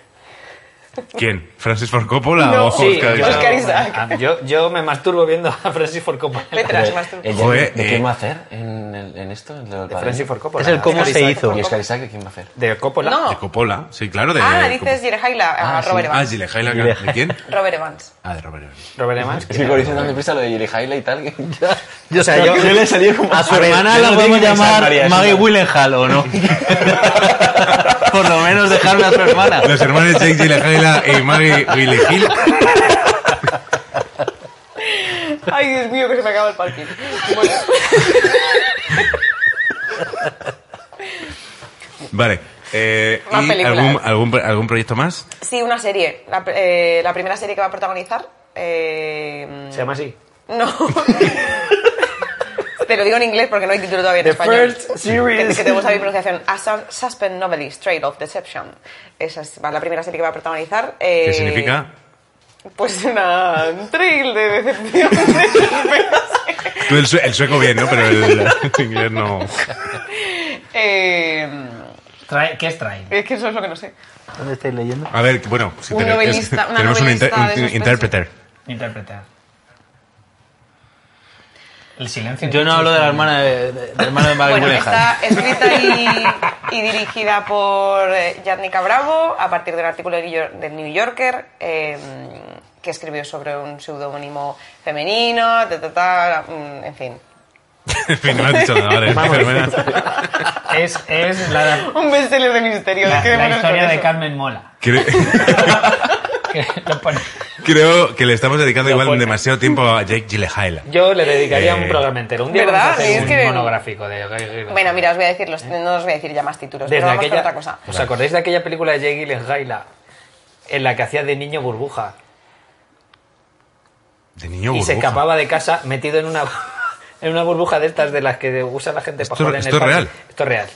Speaker 8: ¿Quién? ¿Francis Ford Coppola
Speaker 9: No,
Speaker 8: o
Speaker 9: sí,
Speaker 8: Oscar
Speaker 9: yo,
Speaker 8: Isaac?
Speaker 9: ah, yo, yo me masturbo viendo a Francis Ford Coppola.
Speaker 12: Letras, masturbo.
Speaker 11: El-
Speaker 8: Joder,
Speaker 11: ¿De
Speaker 8: eh.
Speaker 11: quién va a hacer en, el- en esto? ¿En lo del
Speaker 9: De
Speaker 11: padrino?
Speaker 9: Francis Ford Coppola.
Speaker 11: Es el cómo
Speaker 9: Oscar
Speaker 11: se
Speaker 9: Isaac
Speaker 11: hizo.
Speaker 9: Ford
Speaker 11: ¿Y Oscar Isaac de quién va a hacer?
Speaker 9: De Coppola.
Speaker 12: No.
Speaker 8: De Coppola, sí, claro. De
Speaker 12: ah, dices Jirehayla, a
Speaker 11: Ah, sí.
Speaker 12: Robert
Speaker 8: Ah,
Speaker 12: Evans.
Speaker 8: Gile Heilaga. ¿De quién?
Speaker 12: Robert Evans.
Speaker 8: Ah, de Robert Evans.
Speaker 9: Robert Evans.
Speaker 11: Es que con diciendo mi prisa lo de Yuri Haile y tal. que ya-
Speaker 9: Yo- o sea,
Speaker 11: creo
Speaker 9: yo-
Speaker 11: que le he salido como. A
Speaker 5: su hermana
Speaker 11: ver,
Speaker 5: la
Speaker 11: yo no
Speaker 5: podemos
Speaker 11: digo que sea
Speaker 5: llamar
Speaker 11: María, es
Speaker 5: Maggie
Speaker 11: una-
Speaker 5: Willenhall, ¿o no? Por lo menos dejarme a su hermana.
Speaker 8: Los hermanos Jake Gile Heilaga y Maggie Willy Hill.
Speaker 12: Ay, Dios mío, que se me acaba el parking. Bueno,
Speaker 8: Vale. Eh,
Speaker 12: Más
Speaker 8: ¿y
Speaker 12: películas.
Speaker 8: algún, algún, algún proyecto más?
Speaker 12: sí, una serie. La, eh, la primera serie que va a protagonizar. eh,
Speaker 9: Se llama así.
Speaker 12: No. Te lo digo en inglés porque no hay título todavía en
Speaker 9: The
Speaker 12: español.
Speaker 9: first series.
Speaker 12: Que, que te gusta mi pronunciación. A Sus- Suspense Novelty, Straight of Deception. Esa es va, la primera serie que va a protagonizar. eh,
Speaker 8: ¿Qué significa?
Speaker 12: Pues una, un thrill de decepción. de suspense.
Speaker 8: Tú el, sue- el sueco bien, ¿no? Pero el, el inglés no.
Speaker 12: Eh,
Speaker 9: ¿Qué es Train?
Speaker 12: es que eso es lo que no sé.
Speaker 5: ¿Dónde estáis leyendo?
Speaker 8: A ver, que- bueno, si
Speaker 12: Un
Speaker 8: tenemos-
Speaker 12: novelista- una
Speaker 8: tenemos un,
Speaker 12: novelista
Speaker 8: inter- un
Speaker 12: de suspense.
Speaker 8: interpreter.
Speaker 9: Interpretar. El silencio.
Speaker 5: Yo no hablo de la hermana de, de- de la hermana de Maggie
Speaker 12: Bueno,
Speaker 5: Willenhall.
Speaker 12: está escrita y, y dirigida por eh, Yannicka Bravo a partir de un artículo del New York- del New Yorker eh, que escribió sobre un pseudónimo femenino, ta, ta, ta, mm, en fin.
Speaker 8: En fin, no me has dicho nada, vale.
Speaker 9: Vamos.
Speaker 8: fenomenal.
Speaker 9: Es, es la,
Speaker 12: Un bestseller de misterio.
Speaker 9: la- la
Speaker 12: quedémonos con
Speaker 9: historia de
Speaker 12: eso.
Speaker 9: Carmen Mola.
Speaker 8: Cre-
Speaker 9: Que lo pone-
Speaker 8: Creo que le estamos dedicando
Speaker 9: Lo
Speaker 8: igual
Speaker 9: pone.
Speaker 8: demasiado tiempo a Jake Gyllenhaal.
Speaker 9: Yo le dedicaría
Speaker 8: Eh.
Speaker 9: un programa entero. Un día
Speaker 12: ¿Verdad?
Speaker 9: vamos a hacer
Speaker 12: Sí, es
Speaker 9: un
Speaker 12: que-
Speaker 9: monográfico de...
Speaker 12: Bueno, mira, os voy a decir, los, no os voy a decir ya más títulos,
Speaker 9: Desde
Speaker 12: pero vamos
Speaker 9: aquella,
Speaker 12: con otra cosa.
Speaker 9: ¿Os acordáis de aquella película de Jay Gyllenhaal en la que hacía de niño burbuja?
Speaker 8: De niño
Speaker 9: y
Speaker 8: burbuja.
Speaker 9: se escapaba de casa metido en una, en una burbuja de estas de las que usa la gente
Speaker 8: Esto-
Speaker 9: para jugar en
Speaker 8: esto
Speaker 9: el
Speaker 8: es
Speaker 9: parque.
Speaker 8: real.
Speaker 9: Esto es real.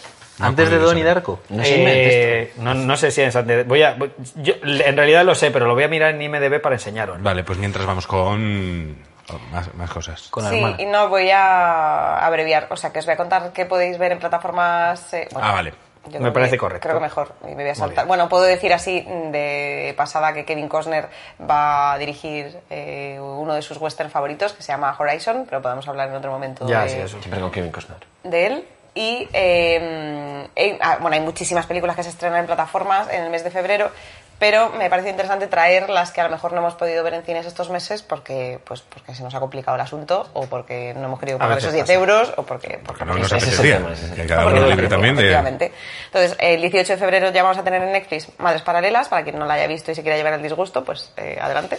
Speaker 5: Antes de Donnie Darko.
Speaker 11: No se invente
Speaker 9: Eh, no, no sé si es antes. Voy a, voy- yo, en realidad lo sé, pero lo voy a mirar en IMDB para enseñaros.
Speaker 8: Vale, pues mientras vamos con, con más, más cosas.
Speaker 5: Con la
Speaker 12: Sí,
Speaker 5: hermana.
Speaker 12: y no voy a abreviar, o sea, que os voy a contar qué podéis ver en plataformas... eh, bueno,
Speaker 8: Ah, vale.
Speaker 12: yo
Speaker 9: Me
Speaker 12: creo que-
Speaker 9: parece correcto.
Speaker 12: Creo que mejor, y me voy a saltar.
Speaker 8: bien.
Speaker 12: Bueno, puedo decir así mm, de pasada que Kevin Costner va a dirigir eh, uno de sus western favoritos, que se llama Horizon, pero podemos hablar en otro momento
Speaker 9: Ya,
Speaker 12: de,
Speaker 9: sí, eso.
Speaker 11: Siempre con Kevin Costner.
Speaker 12: de él. Y eh, eh, ah, bueno, hay muchísimas películas que se estrenan en plataformas en el mes de febrero, pero me parece interesante traer las que a lo mejor no hemos podido ver en cines estos meses porque, pues, porque se nos ha complicado el asunto o porque no hemos querido pagar
Speaker 9: veces
Speaker 12: esos 10 euros o porque...
Speaker 8: Porque no nos
Speaker 11: Ese es el
Speaker 8: apetecía.
Speaker 11: tema, ese es el
Speaker 8: Que
Speaker 11: tema.
Speaker 8: cada
Speaker 12: porque
Speaker 8: uno
Speaker 12: no
Speaker 8: libre
Speaker 12: lo
Speaker 8: también de...
Speaker 12: efectivamente. Entonces, el 18 de febrero ya vamos a tener en Netflix Madres Paralelas, para quien no la haya visto y se quiera llevar el disgusto, pues eh, adelante.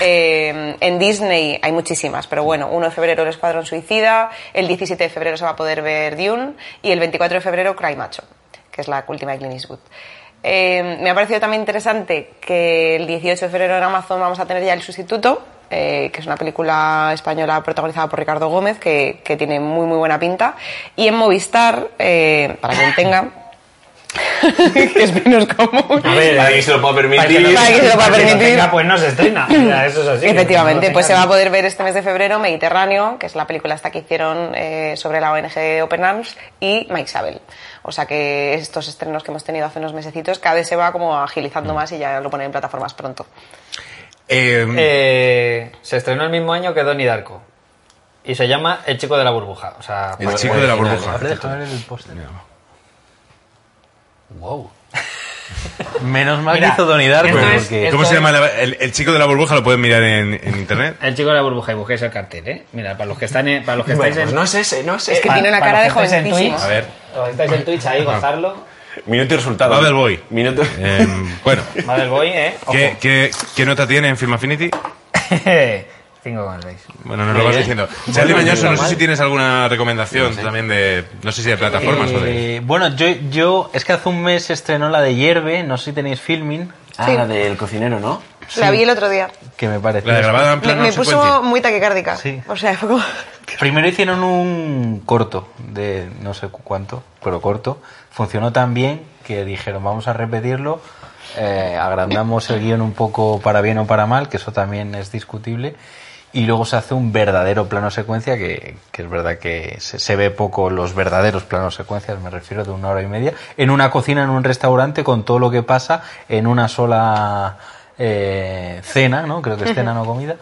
Speaker 12: Eh, en Disney hay muchísimas, pero bueno, 1 de febrero El Escuadrón Suicida, el 17 de febrero se va a poder ver Dune y el 24 de febrero Cry Macho, que es la última de Clint Eastwood. Eh, me ha parecido también interesante que el 18 de febrero en Amazon vamos a tener ya El Sustituto, eh, que es una película española protagonizada por Ricardo Gómez, que, que tiene muy, muy buena pinta. Y en Movistar, eh, para quien tenga, que es menos común.
Speaker 9: A ver,
Speaker 11: Para que se lo pueda
Speaker 9: para que
Speaker 11: permitir.
Speaker 9: no-
Speaker 12: Para que se lo pueda
Speaker 9: para que no
Speaker 12: permitir.
Speaker 9: tenga, pues no se estrena. Ya, eso es así.
Speaker 12: Efectivamente,
Speaker 9: No
Speaker 12: pues se
Speaker 9: tenga-
Speaker 12: va a poder ver este mes de febrero Mediterráneo, que es la película esta que hicieron eh, sobre la ONG Open Arms, y Mike Isabel. O sea que estos estrenos que hemos tenido hace unos mesecitos cada vez se va como agilizando más y ya lo ponen en plataformas pronto.
Speaker 8: Eh,
Speaker 9: Eh, se estrenó el mismo año que Donnie Darko. Y se llama El chico de la burbuja. O sea,
Speaker 8: el
Speaker 9: pues,
Speaker 8: chico de la burbuja.
Speaker 5: Habré dejado ver el póster. Wow. Menos mal
Speaker 9: Mira,
Speaker 5: que hizo Donnie Darko.
Speaker 9: esto es-
Speaker 5: porque-
Speaker 8: ¿Cómo
Speaker 9: esto
Speaker 8: se
Speaker 9: es-
Speaker 8: llama? la- el, el chico de la burbuja lo pueden mirar en, en internet.
Speaker 9: El chico de la burbuja y busquéis el cartel, ¿eh? Mira, para los que están en- para los que
Speaker 11: Bueno,
Speaker 9: estáis
Speaker 11: pues
Speaker 9: en
Speaker 11: no es ese, no es
Speaker 12: Es que
Speaker 11: ese.
Speaker 12: tiene una
Speaker 9: para
Speaker 12: cara de
Speaker 9: los que estáis en
Speaker 12: jovencísimo.
Speaker 9: Twitch,
Speaker 8: A ver.
Speaker 9: los que estáis en Twitch
Speaker 8: Ah.
Speaker 9: ahí gozarlo.
Speaker 11: Minuto y resultado.
Speaker 8: A ver, voy.
Speaker 11: Minuto.
Speaker 8: Eh, bueno,
Speaker 9: Madre Boy, ¿eh?
Speaker 8: ¿qué, qué, qué nota tiene en Film Affinity?
Speaker 9: 5,6.
Speaker 8: Bueno, nos lo vas diciendo. Charlie Mañoso, no sé si tienes alguna recomendación también de... No sé si de plataformas o de...
Speaker 5: Eh, bueno, yo, yo es que hace un mes se estrenó la de Hierve, no sé si tenéis filming,
Speaker 11: Ah, la del cocinero, ¿no?
Speaker 12: La vi el otro día.
Speaker 5: que me parece.
Speaker 8: La de grabada en
Speaker 12: Me,
Speaker 8: plano
Speaker 12: me
Speaker 8: secuencia.
Speaker 12: puso muy taquicárdica.
Speaker 5: Sí.
Speaker 12: O sea, fue como...
Speaker 5: Primero hicieron un corto de no sé cu- cuánto, pero corto. Funcionó tan bien que dijeron vamos a repetirlo. eh, agrandamos el guión un poco para bien o para mal, que eso también es discutible. Y luego se hace un verdadero plano secuencia, que, que es verdad que se, se ve poco los verdaderos planos secuencias, me refiero de una hora y media, en una cocina, en un restaurante, con todo lo que pasa en una sola
Speaker 11: eh, cena, ¿no? Creo que es cena, no comida.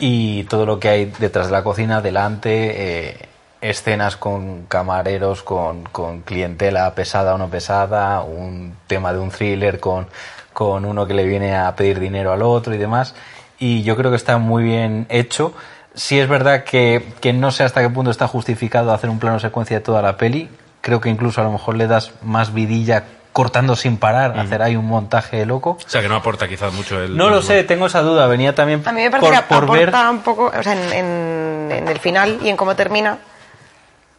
Speaker 11: Y todo lo que hay detrás de la cocina, delante, eh, escenas con camareros, con, con clientela pesada o no pesada, un tema de un thriller con, con uno que le viene a pedir dinero al otro y demás. Y yo creo que está muy bien hecho. Sí es verdad que, que no sé hasta qué punto está justificado hacer un plano secuencia de toda la peli. Creo que incluso a lo mejor le das más vidilla cortando sin parar, hacer ahí un montaje loco.
Speaker 8: O sea, que no aporta quizás mucho el...
Speaker 11: No lo sé, tengo esa duda. Venía también
Speaker 12: A mí me parece
Speaker 11: por,
Speaker 12: que
Speaker 11: por
Speaker 12: aporta
Speaker 11: ver.
Speaker 12: un poco, o sea, en, en- en el final y en cómo termina,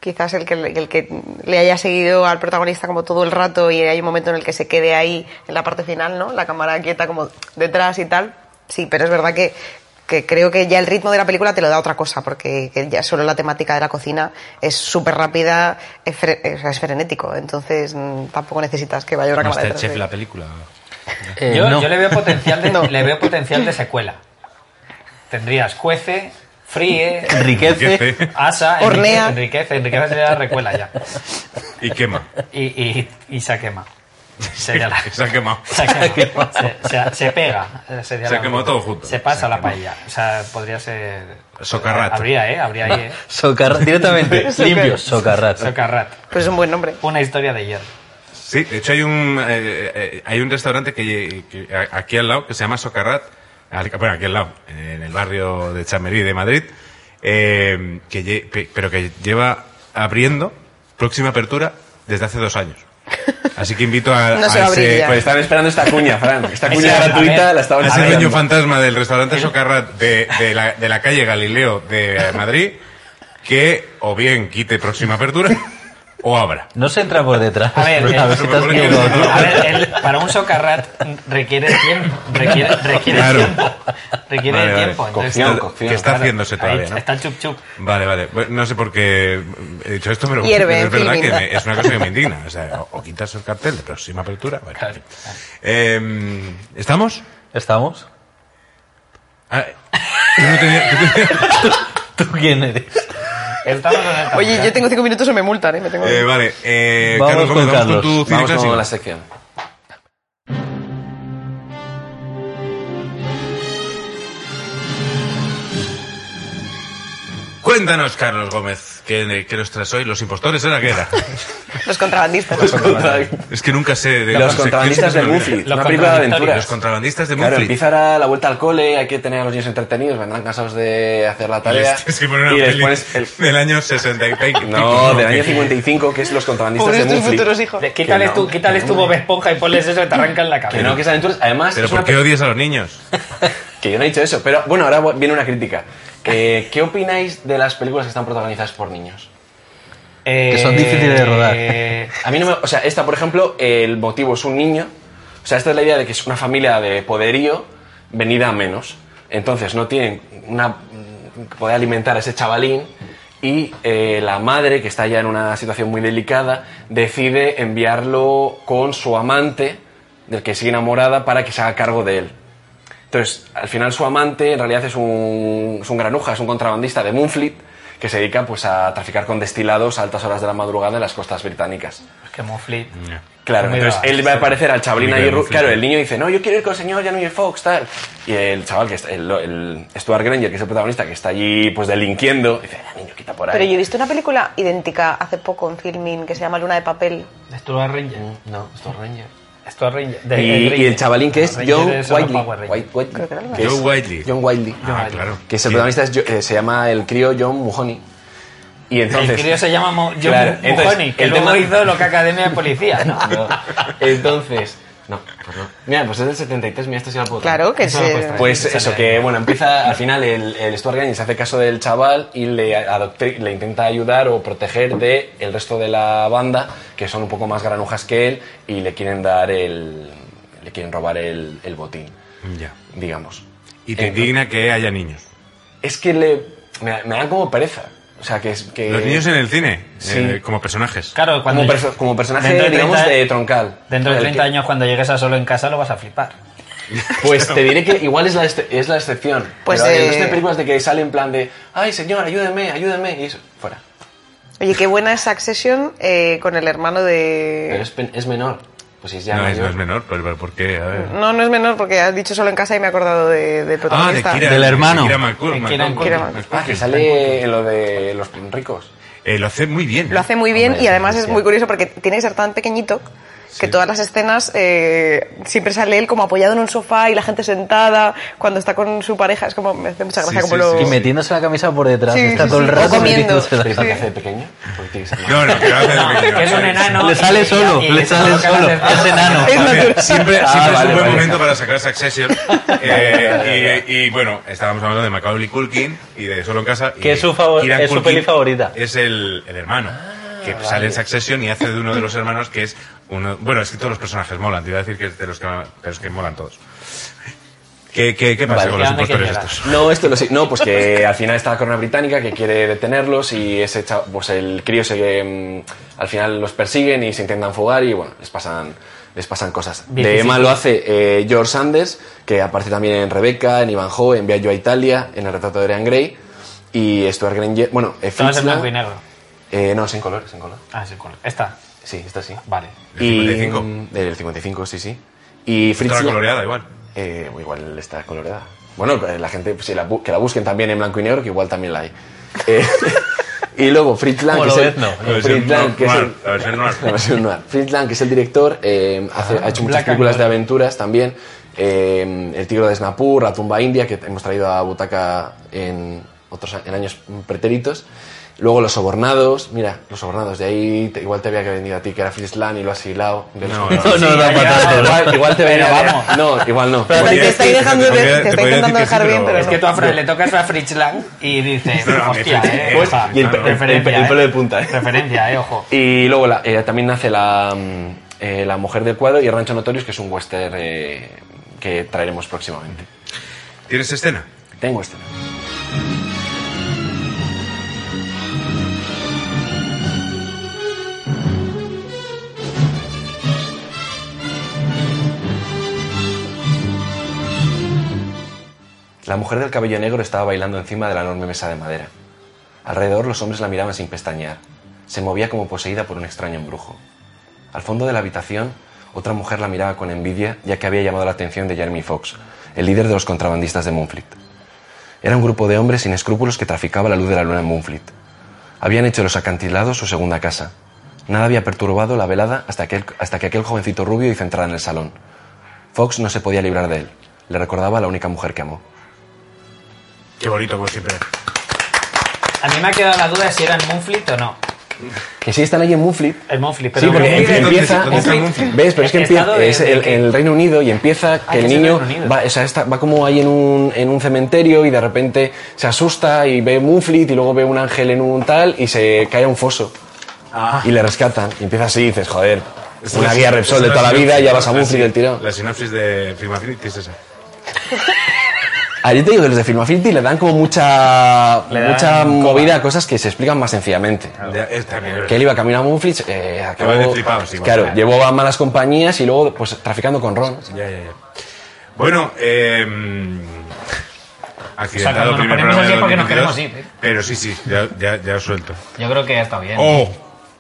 Speaker 12: quizás el que, el que le haya seguido al protagonista como todo el rato y hay un momento en el que se quede ahí en la parte final, ¿no? La cámara quieta como detrás y tal. Sí, pero es verdad que, que creo que ya el ritmo de la película te lo da otra cosa, porque que ya solo la temática de la cocina es súper rápida, es, fre- o sea, es frenético, entonces mm, tampoco necesitas que vaya una cámara detrás.
Speaker 8: Masterchef,
Speaker 12: de-
Speaker 8: la película.
Speaker 12: Eh,
Speaker 8: Eh,
Speaker 9: yo, yo le veo potencial de, le veo potencial de secuela. Tendrías cuece, fríe,
Speaker 11: Enriquece.
Speaker 9: asa,
Speaker 12: Hornea.
Speaker 9: enriquece, enriquece, enriquece sería la recuela ya.
Speaker 8: Y quema.
Speaker 9: Y, y, y se quema. Sería la-
Speaker 8: Se ha quemado.
Speaker 9: se ha quemado. Se, se- se pega. eh, sería
Speaker 8: Se ha
Speaker 9: la-
Speaker 8: quemado todo junto.
Speaker 9: Se pasa la paella. O sea, podría ser.
Speaker 8: Socarrat.
Speaker 9: Habría, ¿eh? Habría ahí, ¿eh?
Speaker 11: Socarrat, directamente,
Speaker 9: Socarrat.
Speaker 11: limpio, socarrat.
Speaker 9: Socarrat.
Speaker 12: Pues es un buen nombre.
Speaker 9: Una historia de hierro.
Speaker 8: Sí, de hecho hay un eh, eh, hay un restaurante que, que a- aquí al lado que se llama Socarrat, al- bueno aquí al lado, en el barrio de Chamerí de Madrid, eh, que lle- pe- pero que lleva abriendo próxima apertura desde hace dos años. Así que invito a,
Speaker 12: No se
Speaker 8: a
Speaker 12: va a abrir
Speaker 8: ese,
Speaker 12: ya. Pues
Speaker 10: estaba esperando esta cuña, Fran. Esta
Speaker 8: cuña
Speaker 10: gratuita la estaban
Speaker 8: a ese
Speaker 10: esperando.
Speaker 8: dueño fantasma del restaurante Socarrat de, de la, de la calle Galileo de Madrid que o bien quite próxima apertura o abra.
Speaker 11: No se entra por detrás.
Speaker 9: A ver,
Speaker 11: la
Speaker 9: eh,
Speaker 11: visita es
Speaker 8: por
Speaker 11: que
Speaker 8: detrás.
Speaker 11: lo-
Speaker 9: A ver, el- para un socarrat requiere tiempo. Requiere, requiere
Speaker 8: Claro.
Speaker 9: tiempo. Requiere
Speaker 8: Vale, vale.
Speaker 9: tiempo. entonces-
Speaker 8: Cocción, cocción. Que está haciéndose
Speaker 9: Ahí
Speaker 8: todavía, ¿no?
Speaker 9: Está chup chup.
Speaker 8: Vale, vale. Bueno, No sé por qué he dicho esto, pero
Speaker 12: Hierve,
Speaker 8: es verdad
Speaker 12: filming.
Speaker 8: que me- es una cosa que me indigna. O, sea, o- o quitas el cartel de próxima apertura. bueno. Eh, ¿Estamos?
Speaker 11: ¿Estamos?
Speaker 8: Ah, yo no tenía- yo tenía-
Speaker 11: ¿Tú quién eres?
Speaker 9: Estamos en el
Speaker 12: Oye, yo tengo cinco minutos o me multan, ¿eh? Me tengo...
Speaker 8: Eh, vale, eh,
Speaker 11: Vamos
Speaker 8: Carlos, Gómez,
Speaker 11: con
Speaker 8: vamos con
Speaker 11: Carlos.
Speaker 8: tu cine
Speaker 10: Vamos
Speaker 8: clásico.
Speaker 10: con la sección.
Speaker 8: Cuéntanos, Carlos Gómez, que, que nos traes hoy los impostores era que era.
Speaker 12: Los contrabandistas.
Speaker 8: es que nunca sé. de-
Speaker 10: Los
Speaker 8: no sé,
Speaker 10: contrabandistas
Speaker 8: siempre
Speaker 10: del
Speaker 8: se me olvida.
Speaker 10: Mufli, una película de aventuras.
Speaker 8: Los contrabandistas de
Speaker 10: Claro,
Speaker 8: Mufli.
Speaker 10: empieza ahora la vuelta al cole, hay que tener a los niños entretenidos, vendrán cansados de hacer la tarea.
Speaker 8: Les- es que ponen una
Speaker 10: y les
Speaker 8: peli
Speaker 10: pones el...
Speaker 8: Del año 60 y pico.
Speaker 10: No, del año 55, que es Los contrabandistas de
Speaker 12: Pobres tus
Speaker 10: Mufli.
Speaker 12: futuros hijos.
Speaker 9: Le- Quítales,
Speaker 10: Que no,
Speaker 9: tu, quítales tu Bob Esponja y ponles eso que te arrancan la
Speaker 10: Que
Speaker 9: cabeza.
Speaker 10: no, que es aventuras. Además,
Speaker 8: Pero
Speaker 10: es una
Speaker 8: ¿por qué odias a los niños?
Speaker 10: Que yo no he dicho eso, pero bueno, ahora viene una crítica. Eh, ¿Qué opináis de las películas que están protagonizadas por niños?
Speaker 9: Eh,
Speaker 11: que son difíciles de rodar.
Speaker 9: eh,
Speaker 10: A mí no me. O sea, esta, por ejemplo, el motivo es un niño. O sea, esta es la idea de que es una familia de poderío venida a menos. Entonces, no tienen una. poder alimentar a ese chavalín. Y eh, la madre, que está ya en una situación muy delicada, decide enviarlo con su amante, del que sigue enamorada, para que se haga cargo de él. Entonces, al final su amante en realidad es un, es un granuja, es un contrabandista de Moonfleet que se dedica pues a traficar con destilados a altas horas de la madrugada en las costas británicas.
Speaker 9: es que Muflit.
Speaker 10: Claro,
Speaker 9: Muy
Speaker 10: entonces
Speaker 9: bien.
Speaker 10: él va a aparecer al chavalín
Speaker 8: Muy
Speaker 10: ahí.
Speaker 8: bien,
Speaker 10: ru-
Speaker 8: sí.
Speaker 10: Claro, el niño dice, no, yo quiero ir con el señor Janine Fox, tal. Y el chaval, que está, el, el Stuart Granger, que es el protagonista, que está allí pues delinquiendo, dice, "Ah, niño, quita por ahí.
Speaker 12: Pero yo he visto una película idéntica hace poco en filming que se llama Luna de Papel.
Speaker 9: Stuart Ranger.
Speaker 10: Mm, No, Stuart Granger.
Speaker 9: Stuart Ranger.
Speaker 10: Y,
Speaker 9: de- de
Speaker 10: y el chavalín que es
Speaker 9: Ranger
Speaker 10: Joe
Speaker 9: es un
Speaker 10: Wiley.
Speaker 9: Power Ranger.
Speaker 10: White- White-
Speaker 12: eh, Creo que era algo
Speaker 10: que es-
Speaker 8: Joe Wiley.
Speaker 10: John Wiley.
Speaker 8: Ah,
Speaker 9: Vale.
Speaker 8: claro.
Speaker 10: que es el protagonista es Jo- eh, se llama el crío John Mujoni y entonces
Speaker 9: El crío se llama Mo- John
Speaker 10: Claro,
Speaker 9: Mu-
Speaker 10: entonces,
Speaker 9: Mujoni, que
Speaker 10: el
Speaker 9: luego
Speaker 10: tema-
Speaker 9: hizo lo que Academia de Policía, ¿no?
Speaker 10: No, entonces no pues no mira pues es del 73 mira esto sí la puedo traer.
Speaker 12: Claro que
Speaker 9: Eso lo
Speaker 12: se-
Speaker 9: puedes traer.
Speaker 10: pues eso que bueno empieza al final el, el Stuart Gaines se hace caso del chaval y le adoctri- le intenta ayudar o proteger de el resto de la banda que son un poco más granujas que él y le quieren dar el le quieren robar el, el botín
Speaker 8: Ya.
Speaker 10: digamos
Speaker 8: Y te
Speaker 10: Eh,
Speaker 8: indigna que haya niños.
Speaker 10: es que le me, da- me dan como pereza o sea que es que
Speaker 8: Los niños en el cine,
Speaker 10: Eh, sí.
Speaker 8: eh, como personajes.
Speaker 9: Claro, cuando
Speaker 10: Como,
Speaker 9: yo-
Speaker 10: perso- como personaje,
Speaker 9: dentro
Speaker 10: digamos,
Speaker 9: 30
Speaker 10: de troncal.
Speaker 9: Dentro de
Speaker 10: El
Speaker 9: 30
Speaker 10: que-
Speaker 9: años, cuando llegues a solo en casa, lo vas a flipar.
Speaker 10: Pues te diré que igual es la, exce- es la excepción.
Speaker 12: Pues,
Speaker 10: Pues pero,
Speaker 12: eh,
Speaker 10: hay dos de películas de que sale en plan de, ay señor, ayúdeme, ayúdeme, y eso, fuera.
Speaker 12: Oye, qué buena es Succession eh, con el hermano
Speaker 10: Pero
Speaker 12: de...
Speaker 10: es, pen- es menor. Pues si es ya
Speaker 8: no, es,
Speaker 10: mayor.
Speaker 8: no es menor, pero, pero ¿por qué? A ver. Ah,
Speaker 12: No, no es menor porque has dicho solo en casa y me he acordado Ah, de, del protagonista.
Speaker 8: Kira- Del hermano. Kira McCullough, De Kira- McCullough. Kira McCullough.
Speaker 10: Ah, que sale en lo de los ricos.
Speaker 8: Eh, lo hace muy bien.
Speaker 12: Lo hace muy bien
Speaker 10: Hombre,
Speaker 12: y además es
Speaker 10: especial.
Speaker 12: muy curioso porque tiene que ser tan pequeñito que todas las escenas eh, siempre sale él como apoyado en un sofá y la gente sentada cuando está con su pareja. Es como, me hace mucha gracia como lo...
Speaker 5: Y metiéndose la camisa por detrás.
Speaker 12: Sí,
Speaker 5: está
Speaker 12: sí,
Speaker 5: todo el
Speaker 12: sí.
Speaker 5: rato
Speaker 12: O comiendo.
Speaker 5: metiéndose la-
Speaker 12: Sí. ¿Pero qué hace
Speaker 10: pequeño?
Speaker 8: No, no, que lo hace de pequeño.
Speaker 9: que es un enano.
Speaker 8: Le sale solo, le sale solo.
Speaker 9: Es
Speaker 8: enano. Siempre, siempre
Speaker 10: Ah,
Speaker 8: es
Speaker 10: vale,
Speaker 8: un buen
Speaker 10: vale.
Speaker 8: momento para sacar Succession. Eh, y, y, bueno, estábamos hablando de Macaulay Culkin y de Solo en Casa. y
Speaker 5: Que es su favor-
Speaker 8: Kieran
Speaker 5: es su
Speaker 8: Culkin
Speaker 5: peli favorita.
Speaker 8: Es el, el hermano. Que sale en Succession y hace de uno de los hermanos que es uno. Bueno, es que todos los personajes molan, te iba a decir que es de los que, pero es que molan todos. ¿Qué, qué, qué pasa
Speaker 10: Vale,
Speaker 8: con
Speaker 10: ya
Speaker 8: los
Speaker 10: me
Speaker 8: impostores
Speaker 10: quería.
Speaker 8: estos?
Speaker 10: No, esto lo sé. No, pues que al final está la corona británica que quiere detenerlos y ese cha- pues el crío se mm, al final los persiguen y se intentan fugar y bueno, les pasan les pasan cosas. De
Speaker 9: Vicisitudes.
Speaker 10: Emma lo hace eh, George Sanders, que aparece también en Rebecca, en Ivanhoe, en Viaggio a Italia, en el retrato de Dorian Gray y Stuart Granger, bueno, eh,
Speaker 9: Todas en
Speaker 10: Fitzla-
Speaker 9: blanco y negro.
Speaker 10: eh, no, es en color, es en color.
Speaker 9: Ah, sí, con- Esta.
Speaker 10: Sí, esta sí.
Speaker 9: Vale.
Speaker 10: Y, mm, del 55, sí, sí. Y Fritz
Speaker 8: Estaba
Speaker 10: Lang-
Speaker 8: coloreada igual.
Speaker 10: Eh, igual está coloreada. Bueno, eh, la gente, pues, si la bu- que la busquen también en blanco y negro, que igual también la hay. Eh, y luego Fritz Lang,
Speaker 8: Como
Speaker 10: que es
Speaker 8: lo
Speaker 10: el,
Speaker 8: ves, no. La versión
Speaker 10: Fritz Lang,
Speaker 8: no-
Speaker 10: que es
Speaker 8: noir,
Speaker 10: el-
Speaker 8: la versión noir.
Speaker 10: la versión noir. Fritz Lang, que es el director, eh, hace-
Speaker 8: Ah,
Speaker 10: ha hecho muchas
Speaker 9: Black and
Speaker 10: películas de
Speaker 9: Gold.
Speaker 10: aventuras también. Eh, el tigre de Snapur, la tumba india, que hemos traído a Butaca en, otros, a- en años pretéritos. Luego Los Sobornados, mira, Los Sobornados, de ahí te- igual te había que vendido a ti que era Fritz Lang y lo has hilado. De Los
Speaker 8: No,
Speaker 10: Sobornados.
Speaker 8: no, no, no, no.
Speaker 10: Igual, igual te venía,
Speaker 9: Pero vamos.
Speaker 10: no, igual no.
Speaker 9: Pero
Speaker 12: te estáis dejando de- te estáis intentando dejar bien, pero
Speaker 9: Es
Speaker 12: no.
Speaker 9: que tú a Fran le tocas a Fritz Lang y dices,
Speaker 10: No, no,
Speaker 9: hostia,
Speaker 10: Fritz-
Speaker 9: eh.
Speaker 10: pues,
Speaker 9: oja,
Speaker 10: y el pe- el pe-
Speaker 9: referencia,
Speaker 10: el pelo
Speaker 9: eh.
Speaker 10: de punta, eh.
Speaker 9: Referencia, eh, ojo.
Speaker 10: Y luego la- eh, también nace la, mm, eh, la mujer del cuadro y el rancho notorios, que es un western eh, que traeremos próximamente.
Speaker 8: ¿Tienes escena?
Speaker 10: Tengo este escena. La mujer del cabello negro estaba bailando encima de la enorme mesa de madera. Alrededor los hombres la miraban sin pestañear. Se movía como poseída por un extraño embrujo. Al fondo de la habitación, otra mujer la miraba con envidia ya que había llamado la atención de Jeremy Fox, el líder de los contrabandistas de Moonfleet. Era un grupo de hombres sin escrúpulos que traficaba la luz de la luna en Moonfleet. Habían hecho de los acantilados su segunda casa. Nada había perturbado la velada hasta que, el- hasta que aquel jovencito rubio hizo entrada en el salón. Fox no se podía librar de él. Le recordaba a la única mujer que amó.
Speaker 8: Qué bonito, como siempre.
Speaker 9: A mí me ha quedado la duda de si era el Moonfleet o no.
Speaker 10: Que sí están ahí en Moonfleet.
Speaker 9: El Moonfleet, pero
Speaker 10: Sí, porque
Speaker 9: Moonfleet-
Speaker 10: empieza.
Speaker 9: ¿dónde está
Speaker 10: empieza-
Speaker 9: Moonfleet?
Speaker 10: ¿Ves? Pero es que
Speaker 9: He estado
Speaker 10: empieza.
Speaker 9: de-
Speaker 10: Es el,
Speaker 9: de-
Speaker 10: el Reino Unido y empieza
Speaker 9: Ah,
Speaker 10: que el
Speaker 9: que es el
Speaker 10: niño
Speaker 9: Reino Unido.
Speaker 10: va, o sea, está- va como ahí en un, en un cementerio y de repente se asusta y ve Moonfleet y luego ve un ángel en un tal y se cae a un foso.
Speaker 8: Ah.
Speaker 10: Y le rescatan. Y empieza así y dices, joder, una guía Repsol de toda la vida y ya vas a Moonfleet del tirón.
Speaker 8: La sinopsis de Film Affinity es esa.
Speaker 10: Ah, yo te digo que los de Film Affinity le dan como mucha,
Speaker 8: Le dan
Speaker 10: mucha
Speaker 8: coba.
Speaker 10: movida a cosas que se explican más sencillamente.
Speaker 8: Ya, es también-
Speaker 10: Que él iba camino a Moonfleet, eh, acabó-
Speaker 8: Iba de flipado, sí,
Speaker 10: claro,
Speaker 8: vale.
Speaker 10: llevó a malas compañías y luego pues traficando con Ron.
Speaker 8: Ya, ya, ya. Bueno, eh, mm, accidentado
Speaker 9: O sea, cuando nos
Speaker 8: primer
Speaker 9: ponemos
Speaker 8: programa
Speaker 9: así
Speaker 8: de
Speaker 9: es porque nos
Speaker 8: 2022,
Speaker 9: queremos ir, ¿eh?
Speaker 8: Pero sí, sí, ya, ya, ya os suelto.
Speaker 9: Yo creo que ya está bien.
Speaker 8: ¡Oh!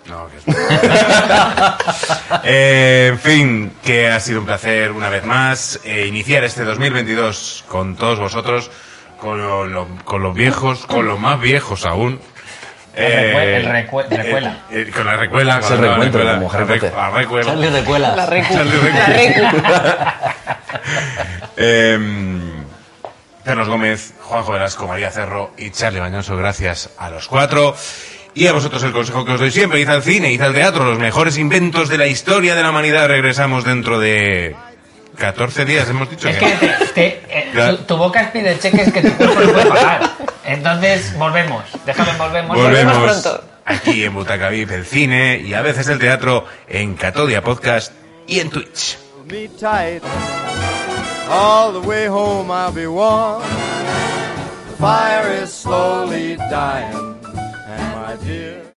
Speaker 8: No, que es- Eh, en fin, que ha sido un placer una vez más eh, iniciar este 2022 con todos vosotros, con, lo- lo- con los viejos, con los más viejos aún.
Speaker 9: recue- el recue- recuela.
Speaker 8: eh, eh, con la recuela.
Speaker 10: Es
Speaker 8: con
Speaker 10: el
Speaker 8: la
Speaker 10: reencuentro,
Speaker 8: recuela,
Speaker 10: como Harry
Speaker 8: la recu-
Speaker 10: Potter.
Speaker 8: la recuela.
Speaker 5: Charlie recuela.
Speaker 12: La recu.
Speaker 8: Charlie
Speaker 12: La
Speaker 8: recu.
Speaker 12: recu.
Speaker 8: Em, Carlos Gómez, Juanjo Velasco, María Cerro y Charlie Bañoso, gracias a los cuatro. Y a vosotros el consejo que os doy siempre, id al cine, id al teatro, los mejores inventos de la historia de la humanidad. Regresamos dentro de 14 días, hemos dicho. que-
Speaker 9: Te- eh,
Speaker 8: Claro.
Speaker 9: tu, tu boca expide cheques que tu cuerpo no puede pagar. Entonces, volvemos. Déjame, volvemos.
Speaker 8: Volvemos aquí en Butaca VIP, el cine y a veces el teatro en Catodia Podcast y en Twitch.
Speaker 14: Hold me tight. All the way home I'll be warm. The fire is slowly dying, and my dear.